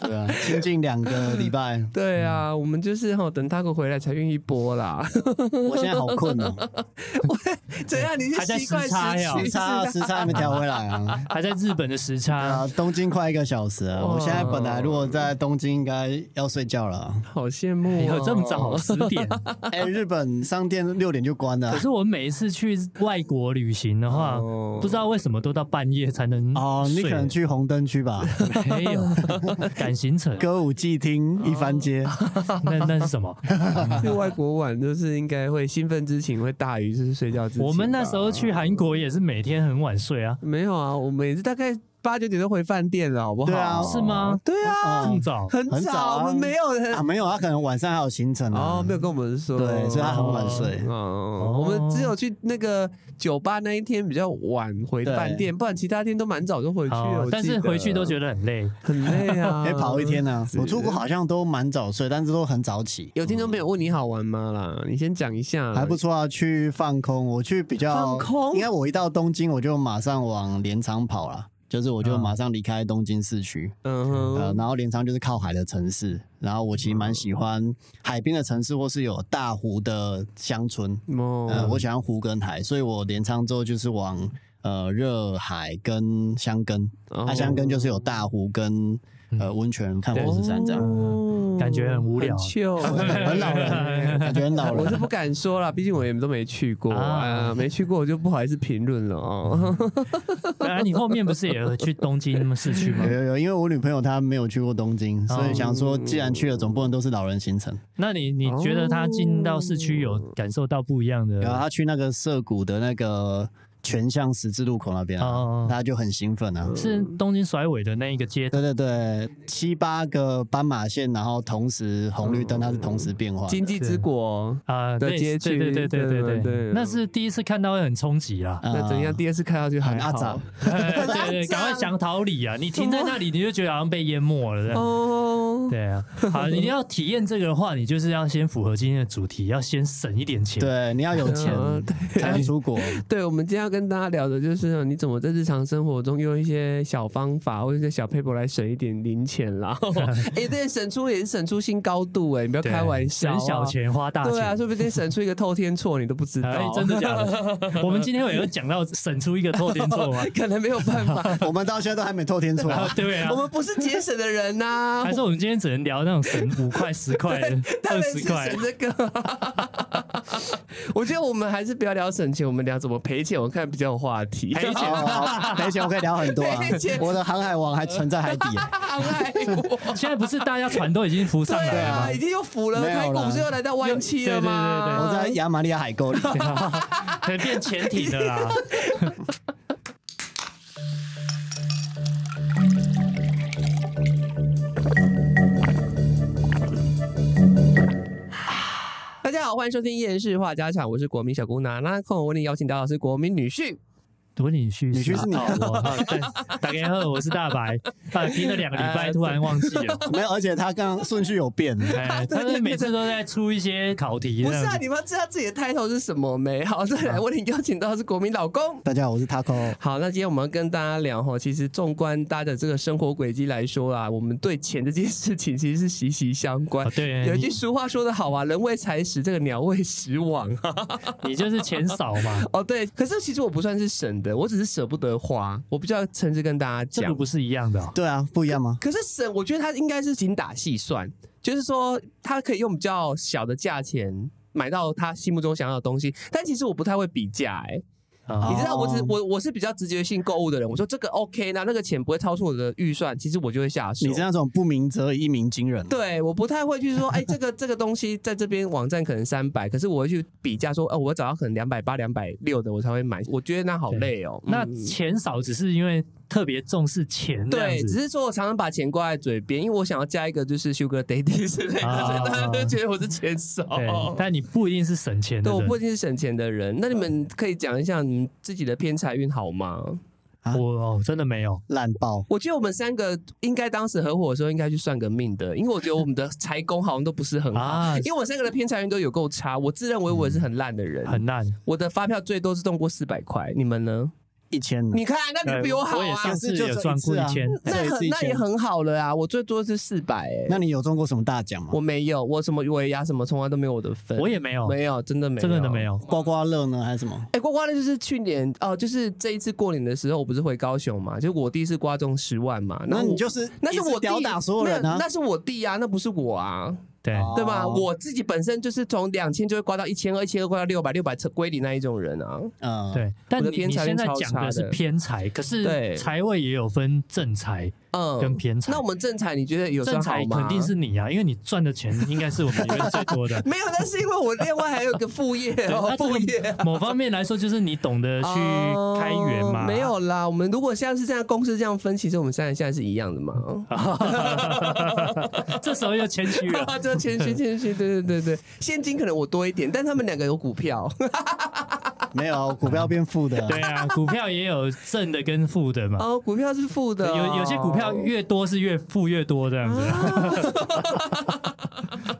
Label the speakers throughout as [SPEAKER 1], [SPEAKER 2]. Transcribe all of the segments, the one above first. [SPEAKER 1] 对啊，清近两个礼 拜，
[SPEAKER 2] 对啊，我们就是哈、等 Taco 回来才愿意播 啦。
[SPEAKER 1] 我现在好困 哦，
[SPEAKER 2] 怎样？啊你
[SPEAKER 3] 还
[SPEAKER 2] 是
[SPEAKER 3] 在
[SPEAKER 2] 习惯
[SPEAKER 3] 时差呀
[SPEAKER 2] 区
[SPEAKER 1] 时差
[SPEAKER 2] 是啊
[SPEAKER 1] 时差还没调回来 啊。
[SPEAKER 3] 还在日本的时差
[SPEAKER 1] 啊，，东京快一个小时了，
[SPEAKER 2] 哇
[SPEAKER 1] 我现在本来如果在东京应该要睡觉了 啊。
[SPEAKER 2] 好羡慕、
[SPEAKER 3] 你
[SPEAKER 2] 哦，
[SPEAKER 3] 哎有这么早十点？
[SPEAKER 1] 哎，日本商店六点就关了
[SPEAKER 3] 可
[SPEAKER 1] 啊。
[SPEAKER 3] 是我每一次去外国旅行的话
[SPEAKER 2] 哦，
[SPEAKER 3] 不知道为什么都到半夜才能
[SPEAKER 1] 哦，你可能去红灯区吧，
[SPEAKER 3] 睡没有赶行程，
[SPEAKER 1] 歌舞伎町一番街。
[SPEAKER 2] 哦
[SPEAKER 3] 那那是什么？啊
[SPEAKER 2] 去外国玩，就是应该会兴奋之情会大于就是睡觉之情吧。
[SPEAKER 3] 我们那时候去韩国也是每天很晚睡啊，
[SPEAKER 2] 没有啊，我们也是大概八九点就回饭店了，好不好？
[SPEAKER 1] 对啊
[SPEAKER 3] 是吗？
[SPEAKER 2] 对啊，
[SPEAKER 3] 这么早？嗯
[SPEAKER 2] 很
[SPEAKER 1] 很早
[SPEAKER 2] 早，
[SPEAKER 1] 啊
[SPEAKER 2] 我们没有人
[SPEAKER 1] 啊，没有，他可能晚上还有行程
[SPEAKER 2] 哦
[SPEAKER 1] 啊，。
[SPEAKER 2] 没有跟我们说，
[SPEAKER 1] 对，所以他很晚睡
[SPEAKER 2] 嗯。
[SPEAKER 3] 哦
[SPEAKER 2] 嗯，我们只有去那个酒吧那一天比较晚回饭店，不然其他天都蛮早就回去了
[SPEAKER 3] 哦。但是回去都觉
[SPEAKER 2] 得
[SPEAKER 3] 得很累，
[SPEAKER 2] 很累 啊，
[SPEAKER 1] 可以跑一天呢、
[SPEAKER 2] 是
[SPEAKER 1] 我出国好像都蛮早睡，但是都很早起，
[SPEAKER 2] 有听众朋友问你好玩吗啦？你先讲一下，
[SPEAKER 1] 还不错啊。去放空，我去比较
[SPEAKER 2] 放空
[SPEAKER 1] 应该我一到东京，我就马上往镰仓跑了，就是我就马上离开东京市区。
[SPEAKER 2] 嗯
[SPEAKER 1] 呃，
[SPEAKER 2] 哼，
[SPEAKER 1] 然后镰仓就是靠海的城市，然后我其实蛮喜欢海边的城市，或是有大湖的乡村。呃，
[SPEAKER 2] 哦，
[SPEAKER 1] 我喜欢湖跟海，所以我镰仓之后就是往呃热海跟箱根，
[SPEAKER 2] 哦
[SPEAKER 1] 那箱根就是有大湖跟呃温泉、看富士山这样。
[SPEAKER 2] 哦
[SPEAKER 3] 感觉很无聊
[SPEAKER 2] 很 chill 欸
[SPEAKER 1] 很老人，感觉很老
[SPEAKER 2] 我是
[SPEAKER 1] 人。
[SPEAKER 2] 不敢说啦，毕竟我也都没去过啊，
[SPEAKER 3] 啊
[SPEAKER 2] 没去过我就不好意思评论了
[SPEAKER 1] 嗯
[SPEAKER 2] 哦。
[SPEAKER 3] 然啊后你后面不是也有去东京市区 吗
[SPEAKER 2] 嗯
[SPEAKER 1] 有？有有，因为我女朋友她没有去过东京，所以
[SPEAKER 3] 哦
[SPEAKER 1] 想说，既然去了，总不能都是老人行程。
[SPEAKER 3] 那你你觉得他进到市区有感受到不一样
[SPEAKER 1] 然后
[SPEAKER 2] 哦
[SPEAKER 3] 的？
[SPEAKER 1] 她去那个涩谷的那个全巷十字路口那边啊
[SPEAKER 3] 哦，
[SPEAKER 1] 她就很兴奋啊。
[SPEAKER 3] 是东京甩尾的那一个街头
[SPEAKER 1] 对对对，七八个斑马线，然后同时红绿灯，它是同时变化的。
[SPEAKER 2] 经济之国，
[SPEAKER 3] 啊
[SPEAKER 2] 的
[SPEAKER 3] 对
[SPEAKER 2] 街区
[SPEAKER 3] 对对对对
[SPEAKER 2] 对
[SPEAKER 3] 对
[SPEAKER 2] 对
[SPEAKER 3] 对，那是第一次看到会很冲击 啦。
[SPEAKER 1] 嗯
[SPEAKER 2] 那怎样？第二次看下去还
[SPEAKER 1] 很阿
[SPEAKER 2] 好
[SPEAKER 1] 杂。
[SPEAKER 3] 对 对对，赶快想逃离啊！你停在那里，你就觉得好像被淹没了。这样
[SPEAKER 2] 哦，
[SPEAKER 3] 对啊，好，你要体验这个的话，你就是要先符合今天的主题，要先省一点钱。
[SPEAKER 1] 对，你要有钱
[SPEAKER 2] 嗯
[SPEAKER 1] 才能出国。
[SPEAKER 2] 对，我们今天要跟大家聊的就是你怎么在日常生活中用一些小方法或者一些小 paper 来省一点零钱 啦。 哎，对，省出也是省出新高度哎，你不要
[SPEAKER 3] 对，
[SPEAKER 2] 开玩笑啊，
[SPEAKER 3] 省小钱花大
[SPEAKER 2] 对啊，
[SPEAKER 3] 钱。
[SPEAKER 2] 说不定省出一个透天错，你都不知道。
[SPEAKER 3] 哎，真的假的？ 我们今天有讲到省出一个透天 错吗？
[SPEAKER 2] 可能没有办 法，
[SPEAKER 1] 我们到现在都还没透天 出来
[SPEAKER 3] 啊，，对啊
[SPEAKER 2] 我。们不是节省的人呐、
[SPEAKER 3] 还是我们今天只能聊那种省五块、十块的、
[SPEAKER 2] 当
[SPEAKER 3] 二
[SPEAKER 2] 然是
[SPEAKER 3] 十块
[SPEAKER 2] 省这个。 我觉得我们还是不要聊省钱，我们聊怎么赔钱，我看比较有话题。
[SPEAKER 3] 赔钱
[SPEAKER 1] 好，哦好赔钱我可以聊很多啊
[SPEAKER 2] 赔钱。
[SPEAKER 1] 我的航海王还存在海底，啊
[SPEAKER 2] 爱我。
[SPEAKER 3] 现在不是大家船都已经浮上
[SPEAKER 2] 对
[SPEAKER 3] 来了
[SPEAKER 2] 啊，
[SPEAKER 3] 吗
[SPEAKER 2] 已？经又腐了，
[SPEAKER 1] 没有啦
[SPEAKER 2] 台股不是又来到湾区了吗？
[SPEAKER 3] 又
[SPEAKER 1] 我在亚马利亚海 沟里。
[SPEAKER 3] 可能变潜艇的啦。
[SPEAKER 2] 大家好，欢迎收听《厌世话家常》，我是国民小姑娜。那空我为你邀请到的是国民女婿，
[SPEAKER 3] 我女婿，
[SPEAKER 1] 女婿是你
[SPEAKER 3] 哦我哦 对大家好，我是大 白。啊，听了两个礼拜，突然忘记了。
[SPEAKER 1] 没有，而且他刚刚顺序有变，
[SPEAKER 3] 哎，他们每次都在出一些考题，
[SPEAKER 2] 不是
[SPEAKER 3] 这样
[SPEAKER 2] 啊？
[SPEAKER 3] 子
[SPEAKER 2] 你们要知道自己的 title 是什么没？好，再来为你邀请到的是国民老公。
[SPEAKER 1] 大家好，我是 Taco。
[SPEAKER 2] 好，那今天我们要跟大家聊哈，其实纵观大家的这个生活轨迹来说啊啦，我们对钱这件事情其实是息息相 关
[SPEAKER 3] 啊。对
[SPEAKER 2] 有一句俗话说得好啊，人为财死，这个鸟为食 亡啊。
[SPEAKER 3] 你就是钱少嘛，
[SPEAKER 2] 哦，对，可是其实我不算是省的，我只是舍不得花，我比较诚实跟大家
[SPEAKER 3] 这
[SPEAKER 2] 讲
[SPEAKER 3] 个。不是一样的哦。
[SPEAKER 1] 对啊，不一样吗？
[SPEAKER 2] 可是省，我觉得它应该是精打细算，就是说它可以用比较小的价钱。买到他心目中想要的东西，但其实我不太会比价哎、
[SPEAKER 3] 啊
[SPEAKER 2] 你知道我只
[SPEAKER 1] 哦
[SPEAKER 2] 我我是比较直觉性购物的人，我说这个 OK，那那个钱不会超出我的预算，其实我就会下手。
[SPEAKER 1] 你是那种不鸣则已，一鸣惊人。
[SPEAKER 2] 对，我不太会去说，哎，这个这个东西在这边网站可能三百，可是我会去比价说，哦、我找到可能两百八、两百六的，我才会买。我觉得那好累哦。
[SPEAKER 3] 那
[SPEAKER 2] 嗯
[SPEAKER 3] 钱少只是因为特别重视钱这
[SPEAKER 2] 对，
[SPEAKER 3] 样
[SPEAKER 2] 只
[SPEAKER 3] 子。
[SPEAKER 2] 是说我常常把钱挂在嘴边，因为我想要加一个就是 Sugar Daddy 之类的，所以大家都觉得我是钱少。
[SPEAKER 3] 啊对，哎但你不一定是省钱的
[SPEAKER 2] 哦对，我
[SPEAKER 3] 人。
[SPEAKER 2] 不一定是省钱的人。那你们可以讲一下你们自己的偏财运好吗？
[SPEAKER 1] 啊
[SPEAKER 3] 我哦，真的没有。
[SPEAKER 1] 烂爆，
[SPEAKER 2] 我觉得我们三个应该当时合伙的时候应该去算个命的，因为我觉得我们的财宫好像都不是很好，
[SPEAKER 3] 啊
[SPEAKER 2] 因为我们三个的偏财运都有够差。我自认为我也是很烂的人，
[SPEAKER 3] 很烂，
[SPEAKER 2] 我的发票最多是动过四百块，你们呢？
[SPEAKER 1] 一千了。
[SPEAKER 2] 你看，那你比我好
[SPEAKER 3] 我也
[SPEAKER 2] 啊
[SPEAKER 3] 上
[SPEAKER 1] 可！
[SPEAKER 3] 次
[SPEAKER 1] 是就
[SPEAKER 3] 有
[SPEAKER 1] 这
[SPEAKER 3] 赚
[SPEAKER 1] 一次
[SPEAKER 3] 过一
[SPEAKER 1] 啊
[SPEAKER 3] 千，
[SPEAKER 1] 这
[SPEAKER 2] 那
[SPEAKER 1] 一次
[SPEAKER 2] 很
[SPEAKER 1] 一
[SPEAKER 2] 那也
[SPEAKER 1] 千
[SPEAKER 2] 很好了啊！我最多是四百哎，
[SPEAKER 1] 那哦你有中过什么大奖吗
[SPEAKER 2] 我？没有，我什么尾牙什么从来都没有我的份，
[SPEAKER 3] 我也没有，
[SPEAKER 2] 没有，真的没有，
[SPEAKER 3] 真的没。有。
[SPEAKER 1] 刮刮乐呢，还是什么？
[SPEAKER 2] 哎、刮刮乐就是去年哦、就是这一次过年的时候，我不是回高雄嘛，就我弟是刮中十万嘛，
[SPEAKER 1] 那
[SPEAKER 2] 我
[SPEAKER 1] 你就是
[SPEAKER 2] 那是
[SPEAKER 1] 一次
[SPEAKER 2] 我弟
[SPEAKER 1] 吊打所有人啊
[SPEAKER 2] 那，那是我弟啊，那不是我啊，
[SPEAKER 3] 对，
[SPEAKER 1] 哦
[SPEAKER 2] 对吧？我自己本身就是从两千就会刮到一千二，一千二刮到六百，六百归零那一种人啊。
[SPEAKER 1] 嗯，
[SPEAKER 3] 对，但
[SPEAKER 2] 的
[SPEAKER 3] 你
[SPEAKER 2] 偏
[SPEAKER 3] 你
[SPEAKER 2] 财
[SPEAKER 3] 现
[SPEAKER 2] 运
[SPEAKER 3] 在
[SPEAKER 2] 超
[SPEAKER 3] 讲
[SPEAKER 2] 差
[SPEAKER 3] 的是
[SPEAKER 2] 的
[SPEAKER 3] 偏财，可
[SPEAKER 2] 对
[SPEAKER 3] 是财位也有分正财
[SPEAKER 2] 嗯，
[SPEAKER 3] 跟偏财。
[SPEAKER 2] 那我们正财你觉得有算
[SPEAKER 3] 正
[SPEAKER 2] 好
[SPEAKER 3] 财
[SPEAKER 2] 吗？。
[SPEAKER 3] 肯定是你啊，因为你赚的钱应该是我们里面最多的
[SPEAKER 2] 没有，那是因为我另外还有一个副 业哦
[SPEAKER 3] 那，这
[SPEAKER 2] 副
[SPEAKER 3] 个
[SPEAKER 2] 业。
[SPEAKER 3] 某方面来说，就是你懂得去开源
[SPEAKER 2] 哦
[SPEAKER 3] 嘛。
[SPEAKER 2] 没有啦，我们如果像是这样公司这样分，其实我们三人现在是一样的嘛。
[SPEAKER 3] 这时候又谦虚了。
[SPEAKER 2] 就谦虚谦虚，对对对对，现金可能我多一点，但他们两个有股票，
[SPEAKER 1] 没有啊股票变负的，
[SPEAKER 3] 对啊，股票也有正的跟负的嘛。
[SPEAKER 2] 哦，股票是负的哦、
[SPEAKER 3] 有有些股票越多是越负越多这样子。
[SPEAKER 2] 啊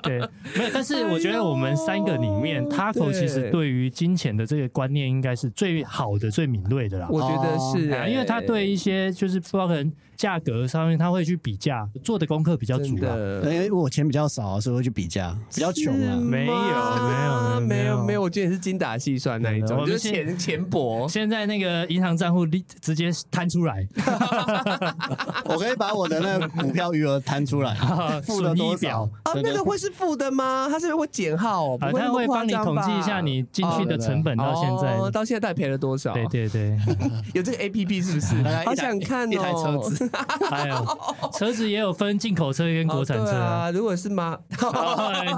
[SPEAKER 3] 对，没有。但是我觉得我们三个里
[SPEAKER 2] 哎
[SPEAKER 3] 面，Taco 其实对于金钱的这个观念应该是最好的、最敏锐的啦。
[SPEAKER 2] 我觉得是、哎
[SPEAKER 3] 对啊，因为他对一些就是包括可能价格上面，他会去比价，做的功课比较足
[SPEAKER 2] 真
[SPEAKER 3] 啊。
[SPEAKER 1] 因
[SPEAKER 2] 的。
[SPEAKER 1] 为我钱比较少啊，所以我去比价，哎比较穷
[SPEAKER 2] 是
[SPEAKER 1] 啊。
[SPEAKER 3] 没有
[SPEAKER 2] 吗
[SPEAKER 3] 没有没
[SPEAKER 2] 没
[SPEAKER 3] 有没有
[SPEAKER 2] 没有，我觉得你是精打细算那一
[SPEAKER 3] 真的
[SPEAKER 2] 种，
[SPEAKER 3] 我
[SPEAKER 2] 就是
[SPEAKER 3] 们
[SPEAKER 2] 钱钱薄。
[SPEAKER 3] 现在那个银行账户立直接摊出 来，
[SPEAKER 1] 我可以把我的那个股票余额摊出来，
[SPEAKER 2] 啊
[SPEAKER 1] 负了
[SPEAKER 3] 损益
[SPEAKER 1] 多
[SPEAKER 3] 表
[SPEAKER 1] 少？
[SPEAKER 2] 哦，
[SPEAKER 1] 对
[SPEAKER 2] 那
[SPEAKER 1] 对
[SPEAKER 2] 个会是负的吗？它是不是会减号哦？不
[SPEAKER 3] 啊，
[SPEAKER 2] 会
[SPEAKER 3] 他
[SPEAKER 2] 那么
[SPEAKER 3] 会
[SPEAKER 2] 夸
[SPEAKER 3] 帮你
[SPEAKER 2] 张
[SPEAKER 3] 统计一
[SPEAKER 2] 吧哦
[SPEAKER 3] 下你进去的成本到现在。
[SPEAKER 2] 哦到现在到底赔了多少？
[SPEAKER 3] 对对对，
[SPEAKER 2] 有这个 A P P 是不是？
[SPEAKER 1] 大概一
[SPEAKER 2] 好
[SPEAKER 1] 台
[SPEAKER 2] 想看哦，
[SPEAKER 1] 一台车子，
[SPEAKER 3] 还有哎车子也有分进口车跟
[SPEAKER 2] 哦
[SPEAKER 3] 国产车
[SPEAKER 2] 对
[SPEAKER 3] 啊。哦
[SPEAKER 2] 啊。如果是 马，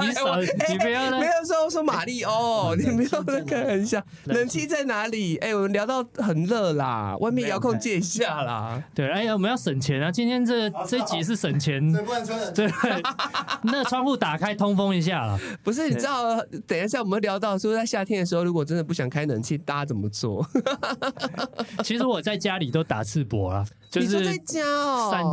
[SPEAKER 3] 你少你不要哎
[SPEAKER 2] 哎
[SPEAKER 3] 呢
[SPEAKER 2] 没有说说马里奥，你没有那个很像。冷
[SPEAKER 3] 冷
[SPEAKER 2] 气在哪里？哎，我们聊到很热啦，外面遥控借一下啦。
[SPEAKER 3] 对，哎呀，我们要省钱啊！今天这这一集是省钱，
[SPEAKER 1] 不能说
[SPEAKER 3] 对，那窗户打开通风一下了。
[SPEAKER 2] 不是，你知道，等一下我们会聊到说，在夏天的时候，如果真的不想开冷气，大家怎么做？
[SPEAKER 3] 其实我在家里都打赤膊啦，就
[SPEAKER 2] 你说
[SPEAKER 3] 是
[SPEAKER 2] 在家哦，
[SPEAKER 3] 散。热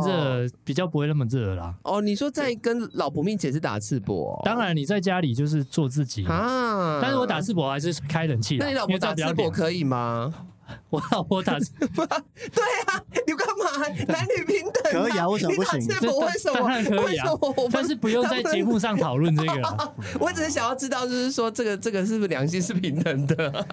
[SPEAKER 3] 比较不会那么热啦。
[SPEAKER 2] 哦，你说在跟老婆面前是打赤膊哦？
[SPEAKER 3] 当然你在家里就是做自己，
[SPEAKER 2] 啊，
[SPEAKER 3] 但是我打。赤膊还啊是开冷气啦。
[SPEAKER 2] 那你老
[SPEAKER 3] 因
[SPEAKER 2] 婆
[SPEAKER 3] 为这
[SPEAKER 2] 打
[SPEAKER 3] 样比
[SPEAKER 2] 赤
[SPEAKER 3] 较
[SPEAKER 2] 膊
[SPEAKER 3] 凉
[SPEAKER 2] 可以吗？
[SPEAKER 3] 我老婆 打赤，
[SPEAKER 2] 对啊，你干嘛？男女平等、
[SPEAKER 1] 可以啊为什么不行
[SPEAKER 2] 你打赤膊为什么？
[SPEAKER 3] 当然可
[SPEAKER 2] 为
[SPEAKER 3] 以
[SPEAKER 2] 什
[SPEAKER 3] 啊
[SPEAKER 2] 么我们
[SPEAKER 3] 但是不用在节目上讨论这个啊啦。
[SPEAKER 2] 我只是想要知道，就是说这个这个是不是良心是平等的？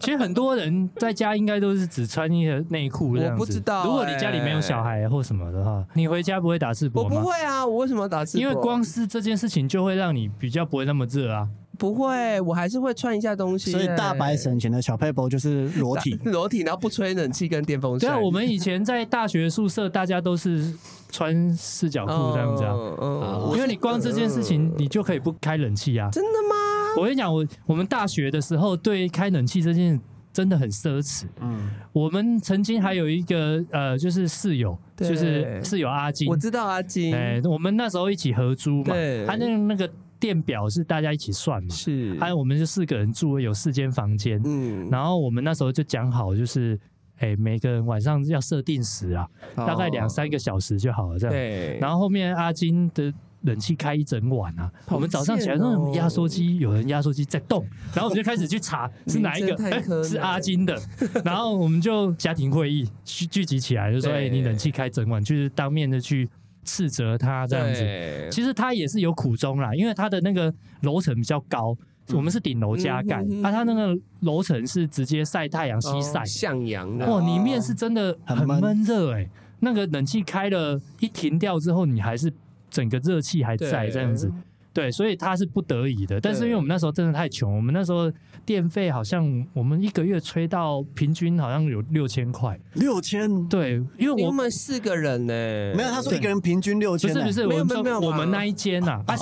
[SPEAKER 3] 其实很多人在家应该都是只穿一个内裤这样子。
[SPEAKER 2] 我不知道欸
[SPEAKER 3] 如果你家里没有小孩或什么的话，你回家不会打赤
[SPEAKER 2] 我
[SPEAKER 3] 膊
[SPEAKER 2] 不
[SPEAKER 3] 吗？
[SPEAKER 2] 会啊，我为什么要打赤膊？
[SPEAKER 3] 因为光是这件事情就会让你比较不会那么热啊。
[SPEAKER 2] 不会，我还是会穿一下东西、
[SPEAKER 1] 所以大白
[SPEAKER 2] 神，
[SPEAKER 1] 省钱的小配包就是裸体
[SPEAKER 2] 裸体，然后不吹冷气跟电风
[SPEAKER 3] 对
[SPEAKER 2] 扇。
[SPEAKER 3] 啊，我们以前在大学宿舍，大家都是穿四角裤这样子啊。
[SPEAKER 2] 嗯嗯嗯
[SPEAKER 3] 因为你光这件事
[SPEAKER 2] 呃
[SPEAKER 3] 情，你就可以不开冷气啊。
[SPEAKER 2] 真的吗？
[SPEAKER 3] 我跟你讲，我我们大学的时候对开冷气这件真的很奢侈。
[SPEAKER 1] 嗯，
[SPEAKER 3] 我们曾经还有一个呃，就是室友，
[SPEAKER 2] 对
[SPEAKER 3] 就是室友阿金，
[SPEAKER 2] 我知道阿啊金、
[SPEAKER 3] 哎、我们那时候一起合租嘛啊
[SPEAKER 2] 对，
[SPEAKER 3] 他那个那个电表是大家一起算嘛，
[SPEAKER 2] 是，
[SPEAKER 3] 还有我们就四个人住，有四间房间，
[SPEAKER 2] 嗯，
[SPEAKER 3] 然后我们那时候就讲好，就是哎、每个人晚上要设定时啊，大概两三个小时就好了这
[SPEAKER 2] 哦
[SPEAKER 3] 样。
[SPEAKER 2] 对，
[SPEAKER 3] 然
[SPEAKER 2] 后
[SPEAKER 3] 后后面阿金的。冷气开一整晚啊！
[SPEAKER 2] 好
[SPEAKER 3] 我们早上起来，
[SPEAKER 2] 贱哦
[SPEAKER 3] 那种压缩机有人压缩机在 动，然后我们就开始去查是哪一个
[SPEAKER 2] 名侦，探
[SPEAKER 3] 哎
[SPEAKER 2] 柯南
[SPEAKER 3] 是阿 金的。然后我们就家庭会议聚聚集起来，就说：“
[SPEAKER 2] 对
[SPEAKER 3] 哎，你冷气开整晚，就是当面的去斥责他这样子。”
[SPEAKER 2] 子
[SPEAKER 3] 其实他也是有苦衷啦，因为他的那个楼层比较高，我们是顶楼加盖
[SPEAKER 2] 嗯，哦哼哼
[SPEAKER 3] 啊，他那个楼层是直接晒太阳西晒，
[SPEAKER 2] 向阳的
[SPEAKER 3] 哇，里面是真的很
[SPEAKER 1] 很闷
[SPEAKER 3] 闷热哎，那个冷气开了一停掉之后，你还是整个热气还
[SPEAKER 2] 对
[SPEAKER 3] 在这样子。对，所以他是不得已的，但是因为我们那时候真的太穷，我们那时候电费好像我们一个月吹到平均好像有六千块。
[SPEAKER 1] 六千
[SPEAKER 3] 对，因为
[SPEAKER 2] 你
[SPEAKER 3] 我
[SPEAKER 2] 们四个人呢、
[SPEAKER 1] 没有，他说一个人平均六
[SPEAKER 3] 不
[SPEAKER 1] 千
[SPEAKER 3] 是
[SPEAKER 1] 呢，
[SPEAKER 3] 不是，
[SPEAKER 2] 没有
[SPEAKER 3] 我们
[SPEAKER 2] 没有没有
[SPEAKER 3] 说
[SPEAKER 2] 吧哦
[SPEAKER 3] 我们那一间呐，啊，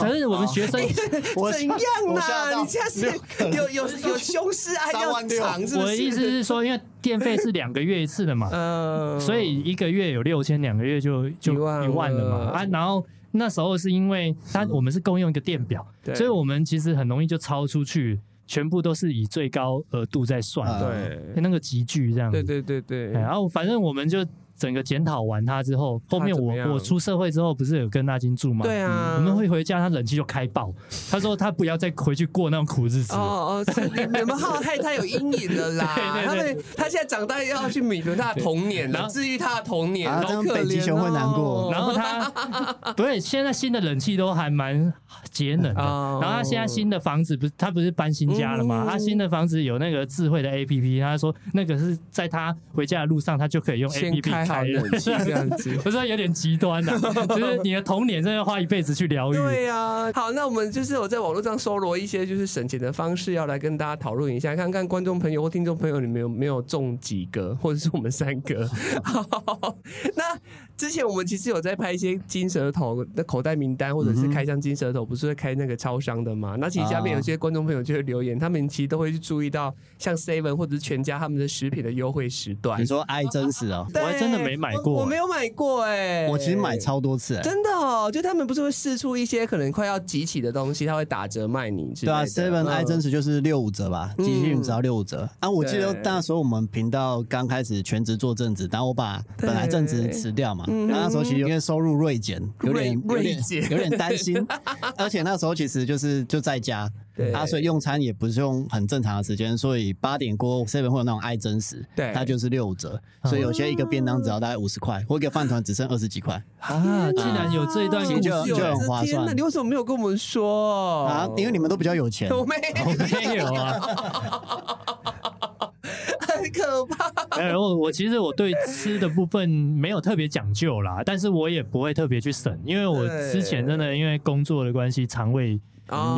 [SPEAKER 3] 可是我们学生
[SPEAKER 1] 我啊
[SPEAKER 2] 怎样
[SPEAKER 1] 我吓
[SPEAKER 2] 啦？
[SPEAKER 1] 到
[SPEAKER 2] 你现在是有有有凶尸案
[SPEAKER 1] 三
[SPEAKER 2] 要
[SPEAKER 1] 万六
[SPEAKER 2] 藏是不是？
[SPEAKER 3] 我的意思是说，因为电费是两个月一次的嘛，
[SPEAKER 2] 嗯，
[SPEAKER 3] 所以一个月有六千，两个月就就
[SPEAKER 2] 一万了
[SPEAKER 3] 一万了嘛啊。然后那时候是因为它我们是共用一个电表，
[SPEAKER 2] 对
[SPEAKER 3] 所以我们其实很容易就超出去，全部都是以最高额度在算的，
[SPEAKER 1] 啊
[SPEAKER 2] 对
[SPEAKER 3] 那个集聚这样子。
[SPEAKER 2] 对对对对
[SPEAKER 3] 哎然后反正我们就整个检讨完他之后，后面
[SPEAKER 2] 啊他怎么样
[SPEAKER 3] 我我出社会之后不是有跟纳金住吗？嗯
[SPEAKER 2] 对啊
[SPEAKER 3] 我们会回家，他冷气就开爆。他说他不要再回去过那种苦日子了。
[SPEAKER 2] 哦哦，是你你们好害他有阴影了啦。
[SPEAKER 3] 对对对
[SPEAKER 2] 他们他现在长大要去弥补他的童年
[SPEAKER 3] 然
[SPEAKER 2] 了，
[SPEAKER 3] 后
[SPEAKER 2] 治愈他的童年，
[SPEAKER 1] 啊
[SPEAKER 2] 好
[SPEAKER 1] 这样
[SPEAKER 2] 可
[SPEAKER 1] 北极
[SPEAKER 2] 怜
[SPEAKER 1] 熊会难
[SPEAKER 2] 哦
[SPEAKER 1] 过
[SPEAKER 3] 然后 他不是现在新的冷气都还蛮节能的，
[SPEAKER 2] 哦
[SPEAKER 3] 然后他现在新的房子不是他不是搬新家了吗？
[SPEAKER 2] 嗯
[SPEAKER 3] 他新的房子有那个智慧的 A P P，他说那个是在他回家的路上，他就可以用 A
[SPEAKER 2] 先
[SPEAKER 3] P P
[SPEAKER 2] 开好
[SPEAKER 3] 开了。
[SPEAKER 2] 冷气这样子。
[SPEAKER 3] 我说有点极端的、就是你的童年真的要花一辈子去疗愈。
[SPEAKER 2] 对呀、好，那我们就是我在网络上搜罗一些就是省钱的方式，要来跟大家讨论一下，看看观众朋友或听众朋友你们有没有中几个，或者是我们三 个。好，那之前我们其实有在拍一些金舌头的口袋名单，或
[SPEAKER 3] 嗯
[SPEAKER 2] 者是开箱金舌头，不是会开那个超商的嘛？那其实下
[SPEAKER 3] 啊
[SPEAKER 2] 面有些观众朋友就会留言，他们其实都会去注意到像 Seven 或者是全家他们的食品的优惠时段
[SPEAKER 1] 你。说爱真实 哦，
[SPEAKER 3] 我还真的没买过
[SPEAKER 2] 我我没有买过哎、
[SPEAKER 1] 我其实买超多次、欸，
[SPEAKER 2] 真的哦，就他们不是会试出一些可能快要集齐的东西，他会打折卖你之
[SPEAKER 1] 对
[SPEAKER 2] 类
[SPEAKER 1] 啊
[SPEAKER 2] 的。
[SPEAKER 1] ，Seven 爱真实就是六五折吧，
[SPEAKER 2] 嗯
[SPEAKER 1] 集训只要六五折啊。我记得
[SPEAKER 2] 对
[SPEAKER 1] 那时候我们频道刚开始全职做正职，然后我把
[SPEAKER 2] 对
[SPEAKER 1] 本来正职辞掉嘛，
[SPEAKER 2] 嗯
[SPEAKER 1] 然后那时候其实因为收入锐减，有点
[SPEAKER 2] 锐
[SPEAKER 1] 有点
[SPEAKER 2] 锐减
[SPEAKER 1] 有点担心，而且那时候其实就是就在家
[SPEAKER 2] 对。
[SPEAKER 1] 啊，所以用餐也不是用很正常的时间，所以八点过后 seven 会有那种爱真实，
[SPEAKER 2] 对嗯
[SPEAKER 1] 它就是六五折，所以有些一个便当只要大概五十块，或一个饭团只剩二十几块
[SPEAKER 3] 啊，竟然有这一段
[SPEAKER 1] 其
[SPEAKER 3] 故
[SPEAKER 1] 实就
[SPEAKER 3] 事哦
[SPEAKER 1] 就很划算
[SPEAKER 2] 天哪你为什么没有跟我们 说
[SPEAKER 1] 啊，因为你们都比较有钱，
[SPEAKER 2] 我没
[SPEAKER 3] 我没有啊，
[SPEAKER 2] 很可怕。
[SPEAKER 3] 然后我其实我对吃的部分没有特别讲究啦，但是我也不会特别去省，因为我之前真的因为工作的关系，肠胃